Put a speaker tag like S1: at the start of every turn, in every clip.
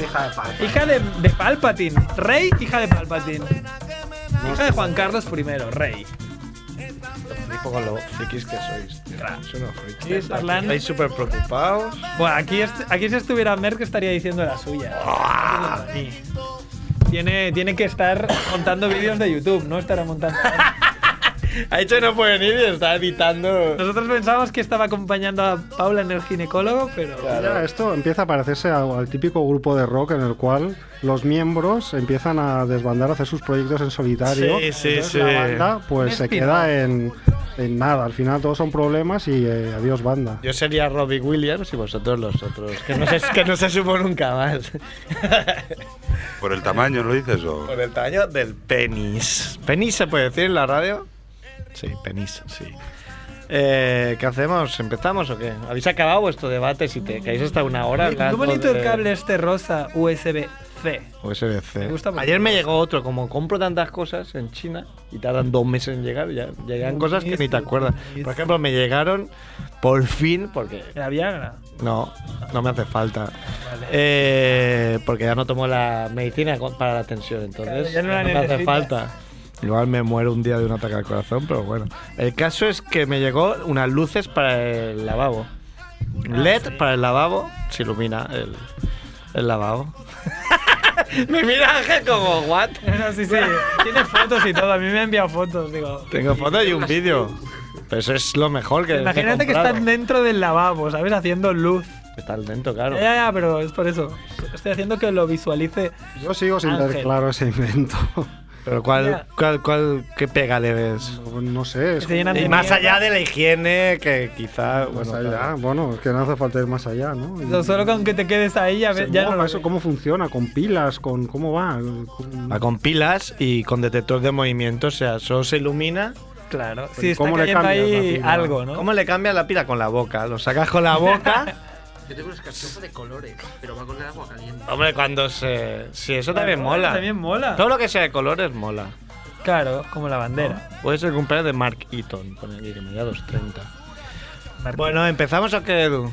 S1: hija de Palpatine.
S2: Hija de, de Palpatine. Rey, hija de Palpatine.
S1: No
S2: Hija de
S1: sé.
S2: Juan Carlos I, rey.
S1: Flipo con lo frikis que sois. tío.
S2: Claro.
S1: Sois unos frikis.
S2: Estem parlant-
S1: Estáis súper preocupados.
S2: Bueno, aquí, est- aquí si estuviera Merck estaría diciendo la suya.
S1: Ah.
S2: Sí. Tiene, tiene que estar montando vídeos de YouTube, no estará montando.
S1: Ha dicho que no puede venir y está editando.
S2: Nosotros pensábamos que estaba acompañando a Paula en el ginecólogo, pero.
S3: Ya, esto empieza a parecerse a- al típico grupo de rock en el cual los miembros empiezan a desbandar, a hacer sus proyectos en solitario.
S1: Sí, sí,
S3: Entonces
S1: sí.
S3: La banda pues
S2: Un
S3: se
S2: spin-off.
S3: queda en, en nada. Al final todos son problemas y eh, adiós banda.
S1: Yo sería Robbie Williams y vosotros los otros. Que no se, que no se supo nunca más.
S4: ¿Por el tamaño lo dices o...?
S1: Por el tamaño del penis. ¿Penis se puede decir en la radio? Sí, penis, sí. Eh, ¿Qué hacemos? ¿Empezamos o qué? ¿Habéis acabado vuestro debate? Si te caéis hasta una hora.
S2: Qué
S1: hablando
S2: bonito el
S1: de-
S2: cable este rosa USB-C.
S1: USB-C.
S2: Me gusta mucho.
S1: Ayer me llegó otro, como compro tantas cosas en China y tardan dos meses en llegar, ya ya llegan cosas que ni te acuerdas. Por ejemplo, me llegaron por fin, porque
S2: La Viagra.
S1: no, no me hace falta. Eh, porque ya no tomo la medicina co- para la tensión,
S2: Claro,
S1: entonces
S2: ya no la
S1: me hace
S2: necesitas.
S1: falta. Igual me muero un día de un ataque al corazón, pero bueno. El caso es que me llegó unas luces para el lavabo.
S2: Ah,
S1: LED para el lavabo, se ilumina el, el lavabo. me mira Ángel como, ¿what?
S2: No, sí, sí. Tiene fotos y todo. A mí me ha enviado fotos, digo.
S1: Tengo foto y un vídeo. Pero eso es lo mejor que. me he
S2: Imagínate que
S1: comprado.
S2: están dentro del lavabo, ¿sabes? Haciendo luz.
S1: Están dentro, claro.
S2: Ya, ya, pero es por eso. Estoy haciendo que lo visualice.
S3: Yo sigo sin
S2: Ángel.
S3: tener claro ese invento.
S1: Pero ¿cuál,
S2: Ya.
S1: cuál, cuál, qué pega le ves?
S3: no sé, es
S2: Se llenan
S1: Y
S2: de
S1: más
S2: mierda.
S1: allá de la higiene, que quizá.
S3: más
S1: Bueno,
S3: allá.
S1: claro.
S3: Bueno, es que no hace falta ir más allá, ¿no? Y-
S2: No, Solo con que te quedes ahí ya, ve-
S3: se
S2: ya
S3: moja
S2: no lo
S3: eso
S2: ve.
S3: cómo funciona, con pilas, con cómo va. Con-
S1: Va con pilas y con detector de movimiento, o sea, solo se ilumina.
S2: Claro. Sí, está
S3: ¿cómo le
S2: cayendo
S3: cambias la
S2: ahí
S3: pila?
S2: algo, ¿no?
S1: ¿Cómo le cambia la pila? Con la boca. Lo sacas con la boca.
S5: Yo tengo una escarchofa de colores, pero va con el agua caliente.
S1: Hombre, cuando se. Sí, eso también
S2: Ah,
S1: mola.
S2: También mola.
S1: Todo lo que sea de colores mola.
S2: Claro, como la bandera.
S1: Puede ser el cumpleaños de Mark Eaton, por aquí, que me da 2.30.
S2: Martín.
S1: Bueno, ¿empezamos o qué, Edu?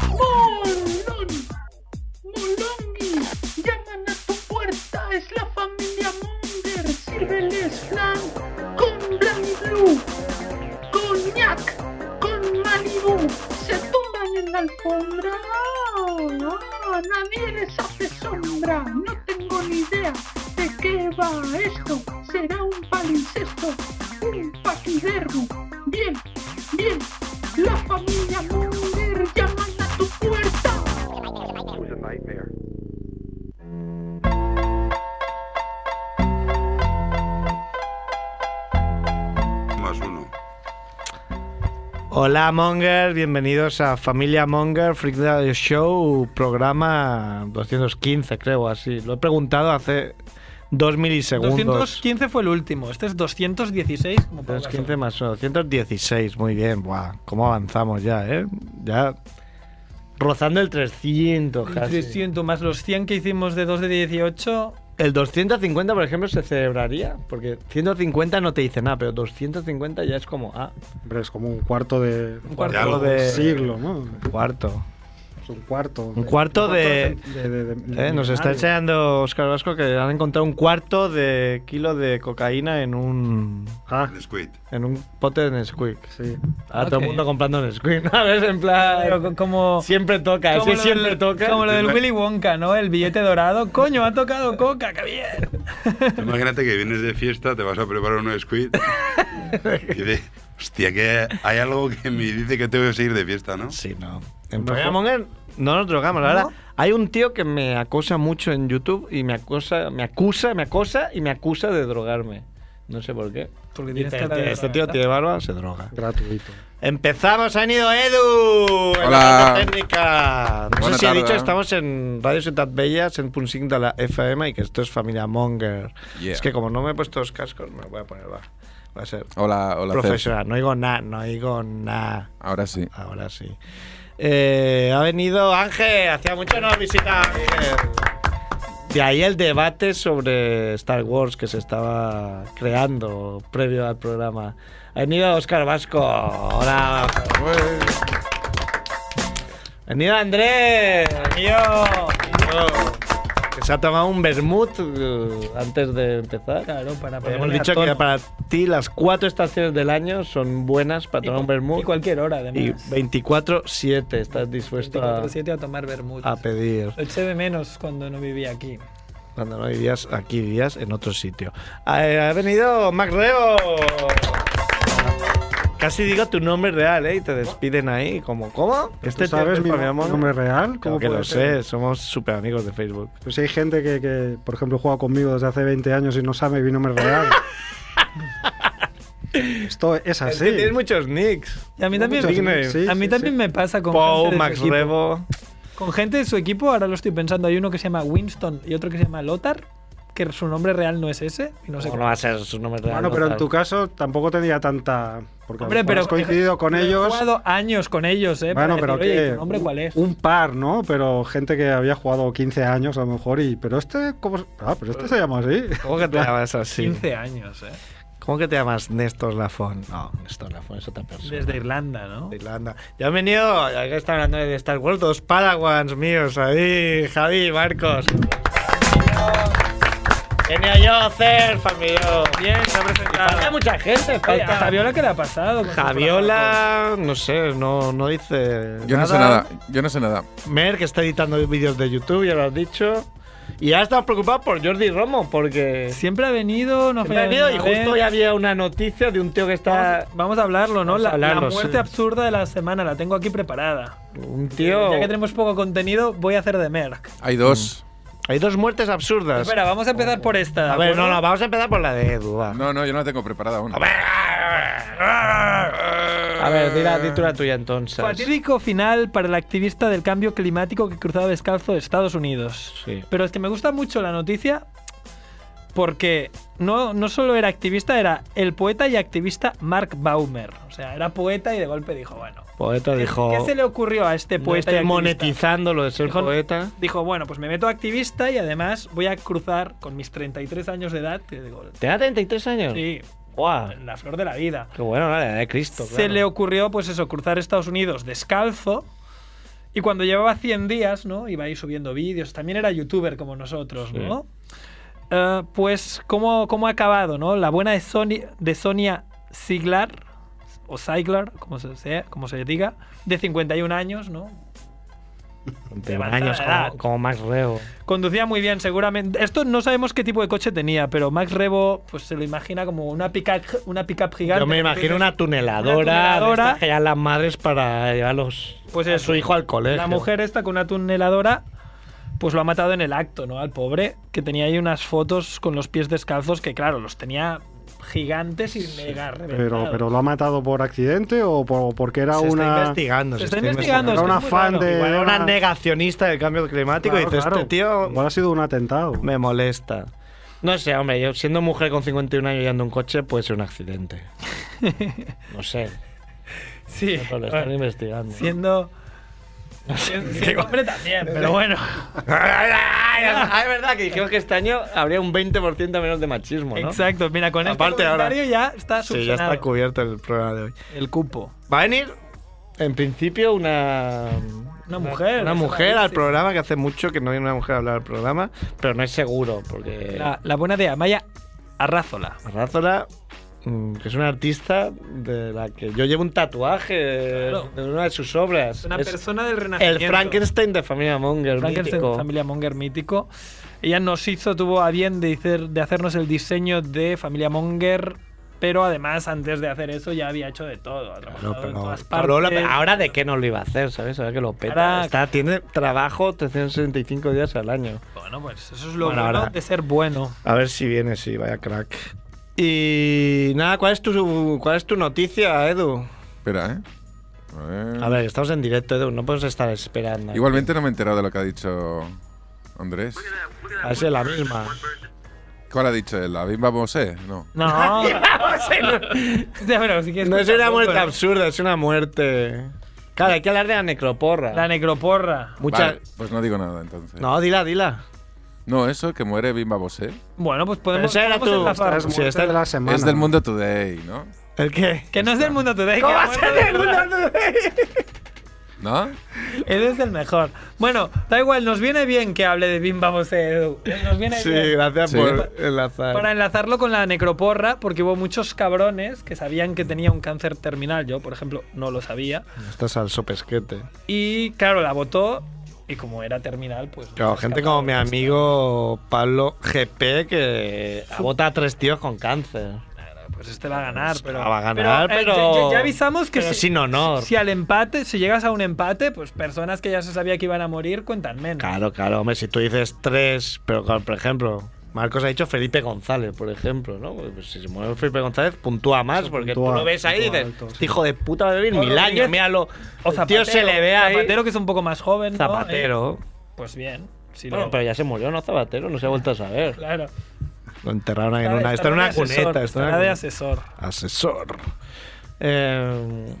S6: ¡Molón! ¡Molongi! ¡Llaman a tu puerta! ¡Es la familia Munger! ¡Sírveles flan con Blanc Blue! ¡Coñac con Malibu! ¡Se tumban en la alfombra! ¡No! ¡Nadie les hace sombra! ¡No tengo ni idea de qué va esto! ¡Será un palincesto! ¡Un paquidermo! ¡Bien! ¡Bien! ¡La familia Munger llaman a tu puerta!
S4: Más uno.
S1: Hola Monger, bienvenidos a Familia Monger, Freak Radio Show, programa 215 creo, así. Lo he preguntado hace dos
S3: Ah,
S1: milisegundos.
S2: 215 fue el último. Este es 216. Como para
S1: 215 más 1, 216, muy bien, buah, cómo avanzamos ya, ¿eh? Ya rozando el 300
S2: El
S1: casi.
S2: 300 más los 100 que hicimos de 2 de 18.
S1: El 250, por ejemplo, se celebraría, porque 150 no te dice nada, pero 250 ya es como, ah,
S3: Hombre, es como un cuarto de,
S2: Un cuarto
S4: De algo.
S1: de-
S3: siglo, ¿no?
S1: cuarto.
S3: Es un cuarto.
S1: Un cuarto de-
S3: de- de- de- de-
S1: Eh, nos está
S3: millonario.
S1: enseñando Oscar Vasco que han encontrado un cuarto de kilo de cocaína en un
S3: Ah,
S4: El squid.
S1: en un pote de Nesquik.
S3: sí.
S1: Ahora Ah, todo el
S2: Ok.
S1: mundo comprando Nesquik, ¿no? ¿Ves? En plan...
S2: Pero co- como.
S1: Siempre toca,
S2: como
S1: sí,
S2: lo
S1: siempre
S2: del-
S1: toca.
S2: Como lo del
S4: Siempre.
S2: Willy Wonka, ¿no? El billete dorado. Coño, ha tocado coca, qué bien.
S4: Tú Imagínate que vienes de fiesta, te vas a preparar un squid y de... Hostia, que hay algo que me dice que tengo que seguir de fiesta, ¿no?
S1: Sí, no. En Pokémon no nos drogamos. Ahora hay un tío que me acosa mucho en YouTube y me acosa, me acusa, me acosa y me acusa de drogarme. No sé por qué.
S2: Porque
S1: Y
S2: tienes
S1: te-
S2: cara de
S1: te- este
S2: drogado.
S1: tío tiene barba, se droga.
S3: Gratuito.
S1: Empezamos, ha venido Edu.
S4: Hola.
S1: en la técnica. No sé
S4: Buena
S1: si he
S4: tarde.
S1: dicho, estamos en Radio Ciudad Bella, en Punsing de la FM y que esto es Familia Monger.
S7: Yeah.
S1: Es que como no me he puesto los cascos, me voy a poner va. Voy a ser
S7: Hola, hola. Cés.
S1: profesional. No digo nada, no digo nada.
S7: Ahora sí.
S1: Ahora sí. Eh, ha venido Ángel, hacía mucho no visita a Ángel. De ahí el debate sobre Star Wars que se estaba creando previo al programa. Venido Oscar Vasco. Hola. Venido Andrés. Venido. Que se ha tomado un vermut eh, antes de empezar.
S2: Claro, para ponerle
S1: Pues Hemos
S2: a
S1: dicho que
S2: tono.
S1: para ti las cuatro estaciones del año son buenas para
S2: Y
S1: tomar un
S2: cu-
S1: vermut.
S2: Y cualquier hora, además.
S1: Y 24-7 estás dispuesto a,
S2: 24/7 a tomar vermut.
S1: a pedir.
S2: Lo eché de menos cuando no vivía aquí.
S1: Cuando no vivías aquí, vivías en otro sitio. Ah, eh, Ha venido Mac Reo. Casi digo tu nombre real, ¿eh? Y te despiden ahí, como, ¿cómo?
S3: ¿Este
S1: ¿Este tío
S3: sabes
S1: que
S3: mi
S1: es para
S3: nombre, real?
S1: Claro
S3: ¿Cómo
S1: que
S3: puede
S1: lo
S3: ser?
S1: sé, somos súper amigos de Facebook.
S3: Pues si hay gente que, que, por ejemplo, juega conmigo desde hace 20 años y no sabe mi nombre real. Esto es
S1: Es
S3: así.
S1: que tienes muchos nicks.
S2: Y a mí también,
S3: Muchos
S1: nicknames.
S3: Sí,
S2: a mí
S3: sí,
S2: también
S3: sí.
S2: me pasa con
S1: Pou,
S2: gente de su
S1: Max
S2: equipo.
S1: Rebo.
S2: Con gente de su equipo, ahora lo estoy pensando, hay uno que se llama Winston y otro que se llama Lothar, que su nombre real no es ese. Y no sé
S1: ¿Cómo
S2: cómo.
S1: no va a ser su nombre real?
S3: Bueno, pero en
S1: Oscar?
S3: tu caso tampoco tendría tanta... Porque
S2: Hombre, pero
S3: has coincidido con
S2: he
S3: ellos.
S2: jugado años con ellos, ¿eh?
S3: Bueno,
S2: para
S3: pero
S2: decir, "Oye,
S3: que
S2: ¿tu nombre cuál es?
S3: un par, ¿no? Pero gente que había jugado 15 años a lo mejor y pero este cómo se- ah, pero este se llama así.
S1: ¿Cómo que te llamas así?
S2: 15 años, ¿eh?
S1: ¿Cómo que te llamas Néstor Lafón? No, Néstor Lafón es otra persona.
S2: Desde Irlanda, ¿no?
S1: de Irlanda. Ya han venido, ya que están hablando de Star Wars, dos Padawans míos ahí, Javi, Marcos. Tenía yo, Cer, familia.
S2: Bien, se ha
S1: Falta
S2: presentado.
S1: mucha gente,
S2: Oye,
S1: falta.
S2: ¿a Javiola, ¿qué le ha pasado? con su trabajo?
S1: Javiola, no sé, no, no dice.
S7: Yo no sé nada, yo no sé nada.
S1: Mer, que está editando vídeos de YouTube, ya lo has dicho. Y ahora estamos preocupados por Jordi Romo, porque.
S2: Siempre ha venido, no ha
S1: Siempre ha venido y
S2: una vez.
S1: justo ya había una noticia de un tío que está.
S2: Vamos, vamos a hablarlo, ¿no?
S1: Vamos a
S2: La, la
S1: hablarlo,
S2: muerte
S1: sí.
S2: absurda de la semana, la tengo aquí preparada.
S1: Un tío.
S2: Ya que tenemos poco contenido, voy a hacer de Merck.
S7: Hay dos.
S1: Hay dos muertes absurdas.
S2: Espera, vamos a empezar por esta. ¿de
S1: A ver,
S2: acuerdo?
S1: no, no, vamos a empezar por la de Edu. va.
S7: No, no, yo no la tengo preparada aún.
S1: A ver, di la título tuya entonces.
S2: Fatídico final para el activista del cambio climático que cruzaba descalzo de Estados Unidos.
S1: Sí.
S2: Pero es que me gusta mucho la noticia porque no, no solo era activista, era el poeta y activista Mark Baumer. O sea, era poeta y de golpe dijo, bueno.
S1: Poeta dijo.
S2: ¿Qué se le ocurrió a este
S1: "No
S2: poeta y
S1: estoy
S2: activista?
S1: monetizando lo de ser
S2: Dijo,
S1: poeta.
S2: Dijo, bueno, pues me meto activista y además voy a cruzar con mis 33 años de edad, que digo,
S1: ¿Tenía 33 años?
S2: sí,
S1: ¡Guau!
S2: en la flor de la vida.
S1: Qué bueno, la edad de Cristo.
S2: Se
S1: claro.
S2: le ocurrió, pues eso, cruzar Estados Unidos descalzo. Y cuando llevaba 100 días, ¿no? Iba ahí subiendo vídeos. También era youtuber como nosotros,
S1: Sí.
S2: ¿no? Eh, pues, ¿cómo, ¿cómo ha acabado, no? La buena de, Sony, de Sonia Siglar, o Siglar, como se, sea, como se diga, de 51 años, ¿no?
S1: De
S2: avanzada
S1: años
S2: edad.
S1: como, como Max Reo.
S2: Conducía muy bien, seguramente. Esto no sabemos qué tipo de coche tenía, pero Max Rebo pues se lo imagina como una pickup una pickup gigante.
S1: Yo me imagino una tuneladora,
S2: Una tuneladora.
S1: de estas que ya las madres para llevarlos
S2: Pues
S1: a
S2: eso.
S1: su hijo al colegio.
S2: La mujer esta con una tuneladora pues lo ha matado en el acto, ¿no? Al pobre, que tenía ahí unas fotos con los pies descalzos que claro, los tenía gigantes y mega
S3: Pero
S2: reventados.
S3: pero lo ha matado por accidente o por- porque era
S1: se está
S3: una
S1: investigando.
S2: Se está investigando,
S3: era
S2: es
S3: una
S2: muy
S3: fan
S2: raro.
S3: de
S1: Igual era una negacionista del cambio climático. y
S3: Claro,
S1: dice,
S3: claro.
S1: este tío
S3: Igual ha sido un atentado.
S1: me molesta. No sé, hombre, yo siendo mujer con 51 años y ando en coche puede ser un accidente. No sé,
S2: Sí.
S1: pero lo están
S2: bueno,
S1: investigando.
S2: siendo siendo- siendo hombre también, pero bueno.
S1: ah, es verdad que dijimos que este año habría un 20% menos de machismo, ¿no?
S2: Exacto, mira, con
S1: Aparte
S2: este
S1: ahora-
S2: comentario ya está
S1: Sí, ya
S2: subsanado
S1: está cubierto el programa de hoy.
S2: el cupo.
S1: Va a venir, en principio, una.
S2: Una mujer,
S1: Una
S2: eso
S1: mujer al
S2: rarísimo.
S1: programa, que hace mucho que no viene una mujer a hablar al programa, pero no es seguro, porque.
S2: La, la buena de Amaya Arrázola.
S1: Arrázola, mm, que es una artista de la que yo llevo un tatuaje
S2: Claro.
S1: de una de sus obras.
S2: Es una
S1: Es
S2: persona del
S1: el
S2: renacimiento.
S1: Frankenstein de Familia Monger,
S2: Frankenstein,
S1: mítico.
S2: Familia Monger mítico. Ella nos hizo, tuvo a bien de, hacer- de hacernos el diseño de Familia Monger, pero además antes de hacer eso ya había hecho de todo. Ha
S1: Claro,
S2: trabajado en
S1: pero-
S2: todas
S1: pero luego la-
S2: partes.
S1: ahora de qué no lo iba a hacer, ¿sabes? Ahora que lo peta.
S2: Ahora-
S1: Está- tiene trabajo 365 días al año.
S2: Bueno, pues eso es lo
S1: Bueno,
S2: bueno,
S1: ahora-
S2: de ser bueno.
S1: A ver si viene, sí, vaya crack. Y nada, ¿cuál es tu, cuál es tu noticia, Edu?
S7: Espera, ¿eh? A ver.
S1: A ver, estamos en directo, Edu, no podemos estar esperando.
S7: Igualmente no me he enterado de lo que ha dicho Andrés.
S1: Va a ser Ah, la misma.
S7: ¿Cuál ha dicho él? ¿La Bimba Bosé? No.
S2: No. Ya, pero si quieres
S1: No es
S2: contar
S1: una
S2: un poco,
S1: muerte
S2: ¿no?
S1: absurda, es una muerte. Claro, hay que hablar de la necroporra.
S2: La necroporra.
S1: Mucha-
S7: Vale, pues no digo nada entonces.
S1: No, dila, dila.
S7: No, eso, que muere Bimba Bosé.
S2: Bueno, pues podemos.
S1: Ese era
S2: podemos
S1: tu-
S2: enlazarlo.
S3: Es
S1: Sí,
S3: muerte
S1: está-
S3: de la semana.
S7: Es del Mundo Today, ¿no?
S1: ¿El qué?
S2: Que no es del mundo today.
S1: ¿Cómo
S2: que
S1: va a
S2: bueno,
S1: ser
S2: de
S1: el
S2: verdad.
S1: mundo today?
S7: ¿No?
S2: Él es el mejor. Bueno, da igual, nos viene bien que hable de Bimba Bosé, Edu. Nos viene
S1: Sí,
S2: bien.
S1: gracias
S7: Sí.
S1: por enlazar.
S2: Para enlazarlo con la necroporra, porque hubo muchos cabrones que sabían que tenía un cáncer terminal. Yo, por ejemplo, no lo sabía.
S1: Estás al sopesquete.
S2: Y claro, la votó. Y como era terminal, pues. no
S1: Claro,
S2: se
S1: gente
S2: escapaba
S1: como mi
S2: de esta.
S1: amigo Pablo GP que vota a tres tíos con cáncer.
S2: Pues este va a ganar, pero.
S1: va a ganar,
S2: eh,
S1: pero-
S2: ya- ya, ya avisamos que
S1: pero
S2: si,
S1: sin honor.
S2: Si, al empate, si llegas a un empate, pues personas que ya se sabía que iban a morir cuentan menos.
S1: Claro, claro, hombre, si tú dices tres, pero claro, por ejemplo, Marcos ha dicho Felipe González, por ejemplo, ¿no? Pues si se muere Felipe González, puntúa más, porque
S3: puntúa,
S1: tú lo ves ahí y
S3: puntúa
S1: dices,
S3: alto, sí.
S1: "Este hijo de puta va a vivir
S2: O
S1: mil
S2: Rodríguez,
S1: años, míralo.
S2: O
S1: El tío se le ve ahí. Oh,
S2: Zapatero, que es un poco más joven. ¿no?
S1: Zapatero.
S2: Eh, pues bien. si
S1: Bueno,
S2: lo-
S1: pero ya se murió, ¿no? Zapatero, no se ha vuelto a saber.
S2: Claro.
S1: Lo enterraron ahí en
S2: Estará-
S1: una. Está en una
S2: estará de asesor,
S1: cuneta. Está en
S2: estará
S1: una
S2: de
S1: cuneta.
S2: asesor.
S1: Asesor. Eh,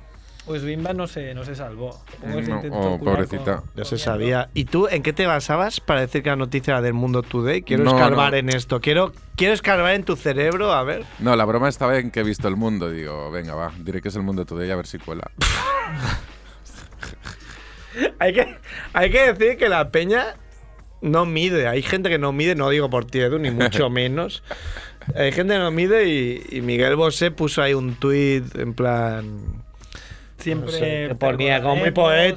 S2: Pues Bimba no se, no se salvó. Supongo que se
S7: No,
S2: intentó
S7: oh,
S2: curar
S7: pobrecita.
S2: con-
S1: ya se
S2: comiendo.
S1: sabía. ¿Y tú en qué te basabas para decir que la noticia era del mundo today? Quiero
S7: No,
S1: escarbar
S7: no.
S1: en esto. Quiero, quiero escarbar en tu cerebro, a ver.
S7: No, la broma estaba en que he visto el mundo. Digo, venga, va, diré que es el mundo today a ver si cuela.
S1: Hay que, hay que decir que la peña no mide. Hay gente que no mide, no digo por ti, Edu, ni mucho menos. Hay gente que no mide y, y Miguel Bosé puso ahí un tuit en plan.
S2: Siempre.
S1: no sé, que
S2: te
S1: ponía como muy
S2: recordaremos,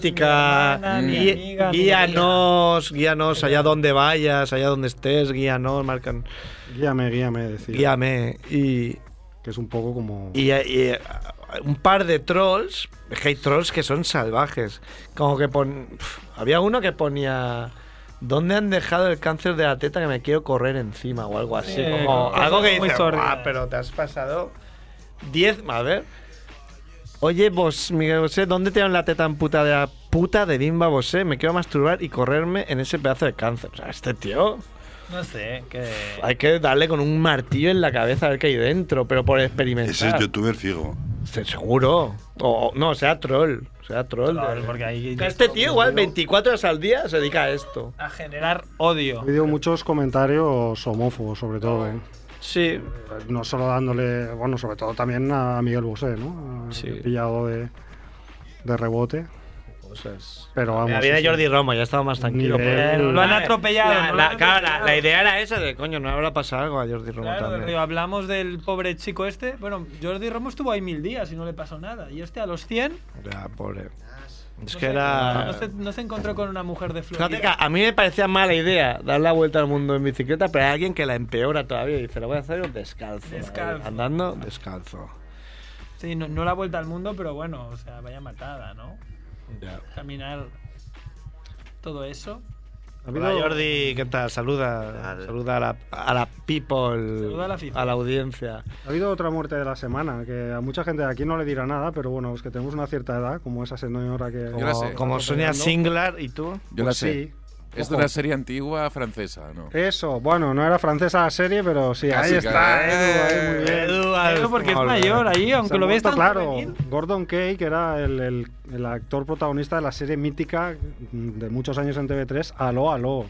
S2: mi
S1: poética.
S7: Mm.
S2: hermana, mi
S1: Gui-
S2: amiga, mi amiga.
S1: guíanos, guíanos allá donde vayas, allá donde estés, guíanos, marcan.
S3: Guíame, guíame, decía.
S1: Guíame. Y,
S3: Que es un poco como.
S1: y, y, eh, un par de trolls, hate trolls que son salvajes. Como que pon, pf, había uno que ponía ¿Dónde han dejado el cáncer de la teta que me quiero correr encima o algo así?
S2: Sí,
S1: como
S2: cosas
S1: algo que
S2: muy
S1: dices,
S2: sórdidas.
S1: "Buah, pero te has pasado 10, a ver. Oye, vos, Miguel Bosé, ¿dónde te dan la teta amputada de la puta de Bimba Bosé? Me quiero masturbar y correrme en ese pedazo de cáncer. O sea, este tío,
S2: No sé, que.
S1: hay que darle con un martillo en la cabeza a ver qué hay dentro, pero por experimentar.
S4: Ese es youtuber fijo.
S1: Se- Seguro. O, no, sea troll. Sea troll.
S2: Troll,
S1: de-
S2: porque ahí-
S1: Que Este tío igual 24 horas al día se dedica a esto.
S2: A generar odio.
S3: Ha habido muchos comentarios homófobos, sobre todo. ¿eh?
S1: Sí.
S3: No solo dándole, bueno, sobre todo también a Miguel Bosé, ¿no?
S1: Sí.
S3: Pillado de, de rebote. Pero vamos.
S1: Mira,
S3: sí,
S1: viene
S3: sí.
S1: Jordi Romo, ya estaba más tranquilo.
S3: Nivel.
S1: pero-
S2: Lo han atropellado, ¿no?
S1: La, la-
S2: Lo han
S1: claro, la-
S2: atropellado.
S1: la idea era esa de coño, no habrá pasado algo a Jordi Romo
S2: Claro, del
S1: también.
S2: Río. hablamos del pobre chico este. Bueno, Jordi Ramos estuvo ahí mil días y no le pasó nada. Y este a los 100.
S1: Ya, pobre. Es
S2: no se-
S1: que era.
S2: No se, no se encontró con una mujer de Florida.
S1: Fíjate que a mí me parecía mala idea dar la vuelta al mundo en bicicleta, pero hay alguien que la empeora todavía y dice, lo voy a hacer descalzo.
S2: Descalzo.
S1: Andando descalzo.
S2: Sí, no, no la vuelta al mundo, pero bueno, o sea, vaya matada, ¿no?
S1: Ya.
S2: Caminar todo eso.
S3: Ha habido-
S1: Hola Jordi, ¿qué tal? Saluda, saluda a, la, a la people,
S2: Saluda a la FIFA.
S1: a la audiencia.
S3: Ha habido otra muerte de la semana, que a mucha gente de aquí no le dirá nada, pero bueno, los que tenemos una cierta edad, como esa señora que...
S7: Yo la sé.
S1: Como, como Sonia Singlar y tú.
S7: Yo la
S3: Pues
S7: sé.
S3: sí. Eh,
S7: Es de una serie antigua francesa, ¿no?
S3: Eso, bueno, no era francesa la serie, pero sí,
S7: Casi,
S3: ahí
S7: casi.
S3: está, Edu, ahí muy bien.
S2: Eso porque es mayor ahí,
S3: Se
S2: aunque
S3: ha
S2: lo veas
S3: muerto,
S2: tan ¿eh?
S3: claro,
S2: juvenil.
S3: Gordon Kay, que era el, el- el actor protagonista de la serie mítica de muchos años en TV3, Aló, Aló.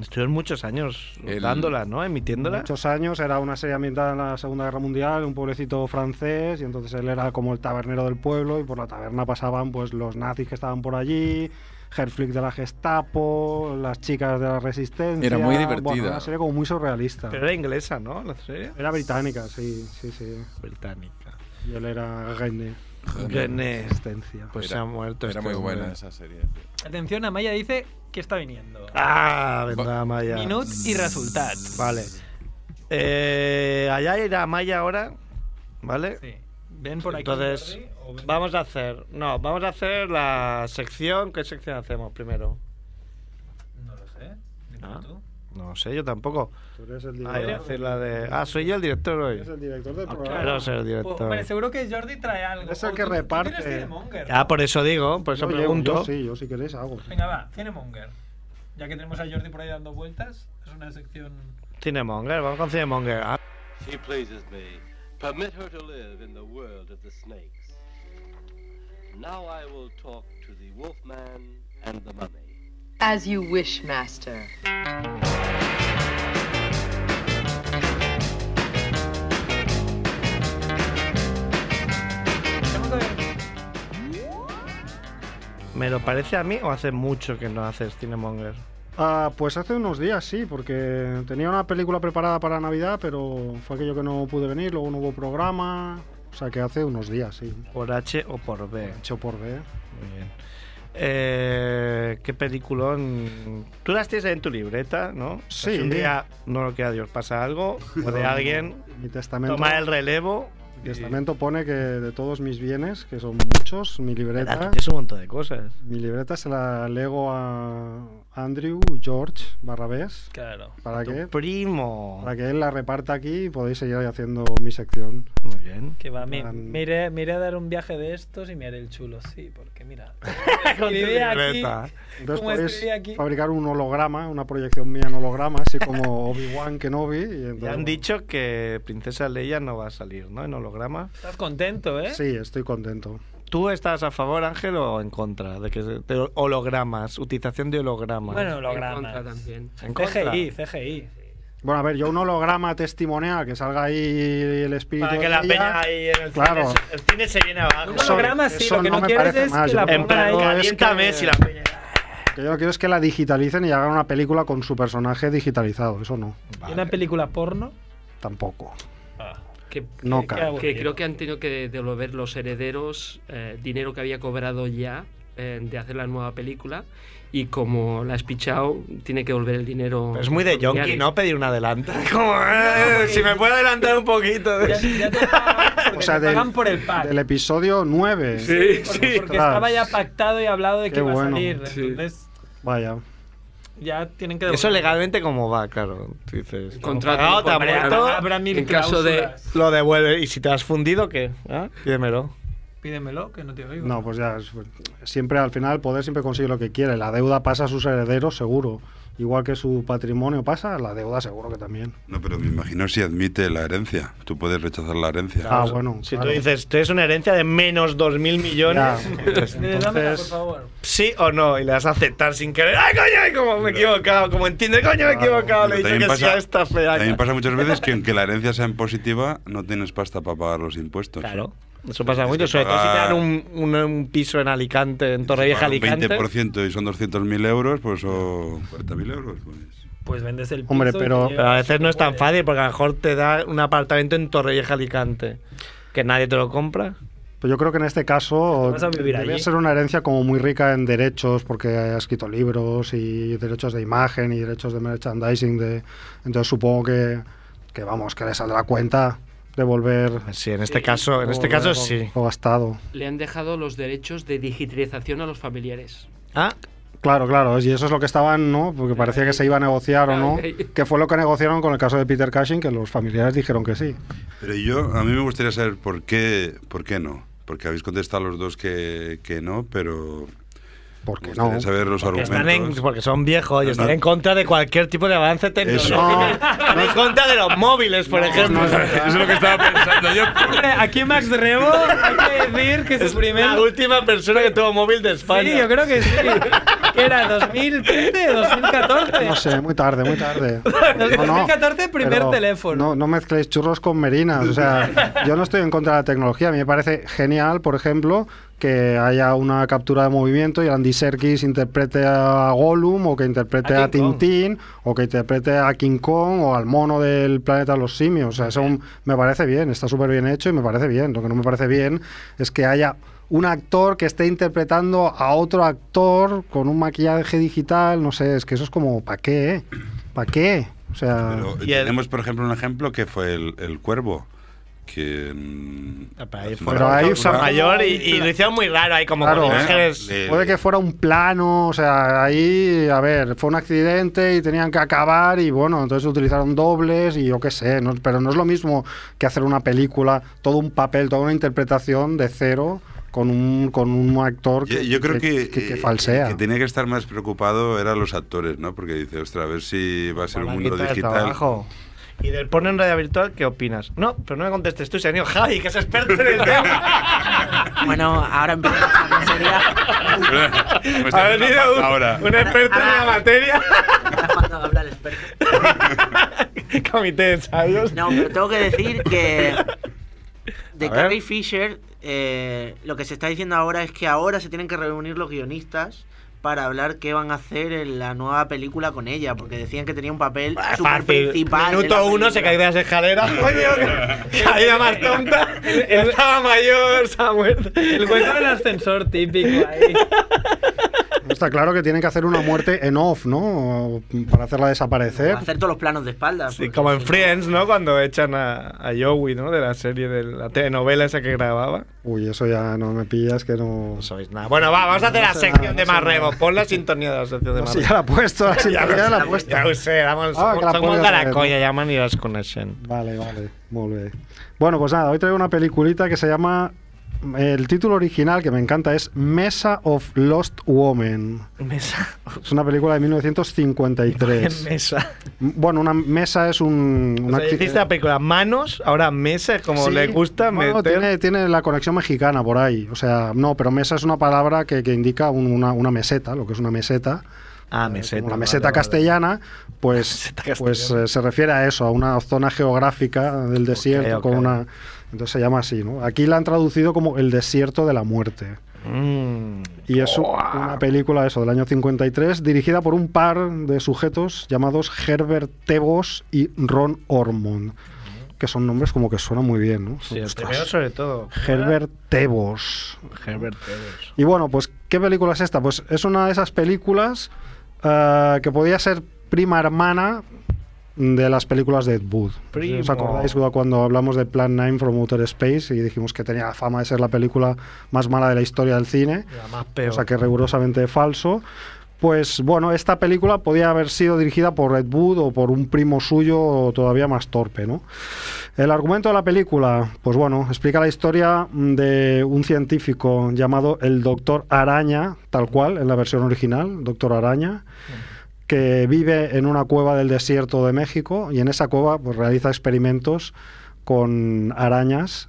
S1: Estuvieron muchos años
S7: El-
S1: dándola, ¿no? Emitiéndola.
S3: Muchos años, era una serie ambientada en la Segunda Guerra Mundial, un pueblecito francés, y entonces él era como el tabernero del pueblo, y por la taberna pasaban pues los nazis que estaban por allí, Herflick de la Gestapo, las chicas de la Resistencia.
S7: Era muy
S3: Bueno,
S7: divertida.
S3: una serie como muy surrealista.
S1: Pero era inglesa, ¿no? La serie.
S3: Era británica, sí, sí, sí.
S1: Británica.
S3: Y él era Gandhi.
S1: Gene.
S3: Resistencia.
S1: Pues se
S7: Era-
S1: ha muerto.
S7: Era
S1: este
S7: muy
S1: hombre.
S7: buena esa serie.
S2: Atención, Amaya dice que está viniendo.
S1: Ah, vendrá Maya.
S2: Minut y resultat.
S1: Vale. Eh, allá irá Maya ahora, ¿vale?
S2: Sí. Ven por aquí.
S1: Entonces,
S2: Jordi, o ven-
S1: vamos a hacer. No, vamos a hacer la sección. ¿Qué sección hacemos primero?
S2: No lo sé. dime
S1: Ah.
S2: tú.
S1: No sé, yo tampoco.
S3: Tú eres el
S1: Ah, iba a
S3: director,
S1: hacer la de. Ah, soy yo el director hoy.
S3: eres el director del
S1: Ah,
S3: programa.
S1: Claro, soy el
S2: Oh, hombre,
S1: director.
S2: seguro que Jordi trae algo.
S3: Es el
S2: Oh,
S3: que
S2: tú- tú
S3: reparte.
S2: tienes Cinemonger.
S1: Ah, por eso digo, por eso
S3: Yo llevo-
S1: pregunto.
S3: yo sí, yo si queréis hago.
S2: Venga, va, Cinemonger. Ya que tenemos a Jordi por ahí dando vueltas, es una sección.
S1: Cinemonger, vamos con Cinemonger. Ah,
S8: She pleases me. Permit her to live in the world of the snakes. Now I will talk to the wolfman and the mummy.
S9: As you wish, master.
S1: ¿Me lo parece a mí o hace mucho que no haces Cinemonger?
S3: Ah, pues hace unos días, sí, porque tenía una película preparada para Navidad, pero fue aquello que no pude venir, luego no hubo programa. O sea que hace unos días, sí.
S1: ¿Por H o por B?
S3: Hecho por ver.
S1: Muy bien. Eh, ¿Qué peliculón? Tú las tienes en tu libreta, ¿no? Pues
S3: Sí.
S1: Si un día, no lo quiera Dios, pasa algo o de alguien,
S3: Mi testamento,
S1: toma el relevo.
S3: mi
S1: y-
S3: testamento pone que de todos mis bienes, que son muchos, mi
S1: Ah, tú
S3: libreta,
S1: tienes un montón de cosas.
S3: mi libreta se la lego a Andrew George Barrabés
S2: Claro.
S3: para
S1: Tu
S3: que,
S1: primo.
S3: para que él la reparta aquí y podéis seguir ahí haciendo mi sección.
S1: Muy bien.
S2: Que va, me,
S3: Plan-
S2: me iré, me iré a dar un viaje de estos y me haré el chulo, sí, porque mira.
S1: Con tu
S2: escribí aquí,
S1: libreta.
S3: Entonces
S2: como
S3: podéis
S2: escribí aquí.
S3: fabricar un holograma, una proyección mía en holograma, así como Obi-Wan Kenobi. Y entonces,
S1: Ya han
S3: bueno,
S1: dicho que Princesa Leia no va a salir, ¿no? En holograma.
S2: Estás contento, ¿eh?
S3: Sí, estoy contento.
S1: ¿Tú estás a favor, Ángel, o en contra de que se- de hologramas, utilización de hologramas?
S2: Bueno, lo
S5: En contra también.
S1: ¿En contra?
S2: CGI, CGI.
S3: Bueno, a ver, yo un holograma testimonial, que salga ahí el espíritu
S1: Para que
S3: de
S1: la
S3: ella.
S1: peña ahí en el
S3: Claro.
S1: cine, se- el cine se viene abajo.
S2: Un
S3: Eso-
S2: holograma sí,
S3: eso
S2: lo que
S3: no
S2: no,
S3: me
S2: quieres
S3: parece
S2: es
S3: mal,
S2: que
S3: yo
S2: la
S3: creo
S1: En
S2: pongan
S1: plan,
S2: ahí.
S3: que-
S1: caliéntame si la peña...
S3: Que yo lo que quiero es que la digitalicen y hagan una película con su personaje digitalizado. Eso no,
S2: ¿Y Una película porno.
S3: tampoco.
S2: Ah,
S5: Que,
S3: No
S5: que-
S3: cabe.
S5: que
S2: aburrido.
S5: creo que han tenido que devolver los herederos eh, dinero que había cobrado ya eh, de hacer la nueva película. Y como la has pichado, tiene que devolver el dinero.
S1: Es muy de yonki,
S5: familiares.
S1: ¿no? Pedir un adelanto. Como, eh, si me puedo adelantar un poquito.
S2: Ya, ya te pagan, porque
S3: O sea,
S2: te
S3: del-
S2: pagan por el pack.
S3: Del episodio 9.
S5: Sí,
S2: porque,
S5: sí.
S2: porque
S3: Ostras.
S2: estaba ya pactado y hablado de
S3: Qué
S2: que iba
S3: bueno.
S2: a salir.
S5: Sí.
S2: Entonces,
S3: Vaya.
S2: ya tienen que
S1: Eso
S2: devolver.
S1: legalmente como va, claro. Tú dices,
S5: Contrato
S1: "Pagado, te ha
S5: incorporado".
S1: muerto,
S2: Habrá mil
S5: en caso de-
S2: cláusulas.
S1: lo devuelve. Y si te has fundido, ¿qué? ¿Ah? Pídemelo.
S2: Pídemelo, que no te oigo. Eh,
S3: No, pues ya. es- Siempre al final, el poder siempre consigue lo que quiere. La deuda pasa a sus herederos, seguro. Igual que su patrimonio pasa, la deuda seguro que también.
S4: No, pero me imagino si admite la herencia. Tú puedes rechazar la herencia.
S3: Ah, bueno.
S1: Si
S3: claro.
S1: tú dices, tú eres una herencia de menos 2.000 millones,
S3: Ya.
S1: pues,
S2: Eh, dámela, por
S3: entonces-
S2: favor.
S1: sí o no, y le das a aceptar sin querer. ¡Ay, coño! ay, como me he equivocado, como entiende, coño, me he equivocado. Le he dicho
S4: También
S1: que sí
S4: pasa-
S1: a esta fea.
S4: También pasa muchas veces que aunque la herencia sea en positiva, no tienes pasta para pagar los impuestos.
S1: Claro, eso pasa
S4: Tienes
S1: mucho.
S4: que
S1: Sobre todo si te dan
S4: pagar-
S1: un, un- un piso en Alicante, en Torrevieja,
S4: Si pagas
S1: Alicante.
S4: un 20% y son 200.000 euros, pues o 40.000 euros. Pues.
S2: Pues vendes el piso
S3: Hombre,
S2: y te
S3: pero-
S2: llevas
S1: Pero a veces
S2: lo
S1: no
S2: que
S1: es tan
S2: puedes.
S1: fácil, porque a lo mejor te da un apartamento en Torrevieja, Alicante, que nadie te lo compra.
S3: Pues yo creo que en este caso
S2: Vas a vivir
S3: debe
S2: allí.
S3: ser una herencia como muy rica en derechos, porque ha escrito libros y derechos de imagen y derechos de merchandising. De... Entonces supongo que, que, vamos, que le saldrá cuenta devolver
S1: Sí, en este caso, en este
S3: devolver
S1: caso
S3: lo-
S1: sí.
S3: lo gastado.
S5: Le han dejado los derechos de digitalización a los familiares.
S1: Ah,
S3: Claro, claro, y eso es lo que estaban, ¿no? Porque parecía que se iba a negociar o no,
S5: Ay, ay.
S3: que fue lo que negociaron con el caso de Peter Cushing, que los familiares dijeron que sí.
S4: Pero yo, a mí me gustaría saber por qué, por qué no. Porque habéis contestado los dos que, que no, pero me
S3: Porque
S4: gustaría
S3: no.
S4: saber los
S1: que están en-
S4: argumentos.
S1: porque son viejos
S4: ¿eh?
S1: y
S4: No,
S1: están
S4: no.
S1: en contra de cualquier tipo de avance tecnológico.
S3: No.
S1: Están en contra de los móviles, por ejemplo.
S3: no es verdad.
S4: Eso es lo que estaba pensando yo.
S2: Hombre, Aquí Max Rebo hay que decir que
S1: es
S2: su primer...
S1: la última persona que tuvo móvil de España.
S2: Sí, yo creo que sí. Que era 2013, 2014.
S3: No sé, muy tarde, muy tarde.
S2: Desde 2014, primer
S3: pero
S2: teléfono.
S3: No, no mezcléis churros con merinas. O sea, yo no estoy en contra de la tecnología. A mí me parece genial, por ejemplo, que haya una captura de movimiento y Andy Serkis interprete a Gollum o que interprete
S1: A
S3: a,
S1: King Kong.
S3: Tintín o que interprete a King Kong o al mono del planeta de los simios. O sea, eso me parece bien, está súper bien hecho y me parece bien. Lo que no me parece bien es que haya un actor que esté interpretando a otro actor con un maquillaje digital, no sé, es que eso es como, ¿para qué? ¿Para qué? O sea,
S4: Pero
S1: Y el-
S4: tenemos, por ejemplo, un ejemplo que fue el, el cuervo. Que. mm,
S1: Ah, pero ahí
S4: hace una
S1: fue
S3: Pero ahí
S4: época-
S3: usa-
S1: mayor y, y lo hicieron muy raro ahí como
S3: Claro.
S1: con
S4: ¿eh?
S1: imágenes.
S4: Le-
S3: puede que fuera un plano, o sea, ahí, a ver, fue un accidente y tenían que acabar y bueno, entonces utilizaron dobles y yo qué sé, no- pero no es lo mismo que hacer una película, todo un papel, toda una interpretación de cero con un, con un actor
S4: Yo,
S3: que,
S4: yo creo que,
S3: que- que
S4: eh,
S3: falsea.
S4: el que tenía que estar más preocupado eran los actores, ¿no? Porque dice, ostras, a ver si va a ser
S1: Para
S4: un
S1: la
S4: mundo
S1: quita de
S4: digital.
S1: trabajo. Y del porno en realidad virtual, ¿qué opinas? No, pero no me contestes tú, señor Javi, que es experto en el tema.
S9: Bueno, ahora empezamos a hablar sería
S4: Me está
S1: ha
S4: haciendo
S1: venido un,
S4: falta ahora.
S1: un experto en la materia.
S9: cuando habla el experto.
S1: Comité de ensayos.
S9: No, pero tengo que decir que
S1: A
S9: de
S1: ver.
S9: Carrie Fisher eh, lo que se está diciendo ahora es que ahora se tienen que reunir los guionistas para hablar qué van a hacer en la nueva película con ella, porque decían que tenía un papel
S1: Ah,
S9: súper principal. en la
S1: Minuto uno se
S9: película.
S1: cae de las escaleras. ¡Coño! Caída más tonta. Estaba mayor, se ha muerto.
S2: Pues El hueco del ascensor típico ahí.
S3: Está claro que tienen que hacer una muerte en off, ¿no? O Para hacerla desaparecer.
S9: Hacer todos los planos de espaldas.
S1: Sí, como en Friends, ¿no? Cuando echan a, a Joey, ¿no? De la serie, de la telenovela esa que grababa.
S3: Uy, eso ya no me pillas, que no.
S1: No sabéis nada. Bueno, va, vamos a hacer la sección de Marrebo. Pon la sintonía de la sección de
S3: No, si ya
S1: Marrebo.
S3: la he puesto, la
S1: Ya
S3: sintonía
S1: ho
S3: la
S1: sé,
S3: he puesto.
S1: Ja ho sé, vamos,
S3: Ah, que la
S1: som
S3: ponga
S1: molt de
S3: otra
S1: la
S3: vez,
S1: colla, ja me aniràs coneixent.
S3: Vale, vale, muy bien. Bueno, pues nada, hoy traigo una peliculita que se llama. El título original que me encanta es Mesa of Lost Women.
S1: Mesa.
S3: Es una película de 1953.
S1: Mesa.
S3: M- bueno, una mesa es un.
S1: O
S3: Pues, una
S1: sea,
S3: acti-
S1: hiciste la película Manos, ahora Mesa, como
S3: Sí,
S1: le gusta
S3: bueno,
S1: meter.
S3: Tiene, tiene la conexión mexicana por ahí. O sea, no, pero mesa es una palabra que, que indica un- una, una meseta, lo que es una meseta.
S1: Ah,
S3: Eh,
S1: meseta.
S3: como la
S1: vale,
S3: meseta
S1: vale.
S3: castellana, pues,
S1: meseta castellana.
S3: pues eh, se refiere a eso, a una zona geográfica del desierto
S1: ok.
S3: con una entonces se llama así, ¿no? Aquí la han traducido como el desierto de la muerte.
S1: Mm.
S3: Y es u-
S1: Buah.
S3: una película eso del año 53 dirigida por un par de sujetos llamados Herbert Tebos y Ron Ormond, que son nombres como que suenan muy bien, ¿no?
S1: Sí, el
S3: Ostras,
S1: primero sobre todo.
S3: Herbert Tebos.
S1: Herbert Tebos.
S3: Y bueno, pues, ¿qué película es esta? Pues es una de esas películas eh, que podía ser prima hermana de las películas de Ed Wood. No sé si ¿Os
S1: Primo.
S3: acordáis cuando hablamos de Plan 9 from Outer Space y dijimos que tenía la fama de ser la película más mala de la historia del cine?
S1: La más peor.
S3: O sea que rigurosamente falso. Pues bueno, esta película podía haber sido dirigida por Ed Wood o por un primo suyo todavía más torpe, ¿no? El argumento de la película, pues bueno, explica la historia de un científico llamado el Doctor Araña, tal cual en la versión original, Doctor Araña, que vive en una cueva del desierto de México y en esa cueva pues, realiza experimentos con arañas.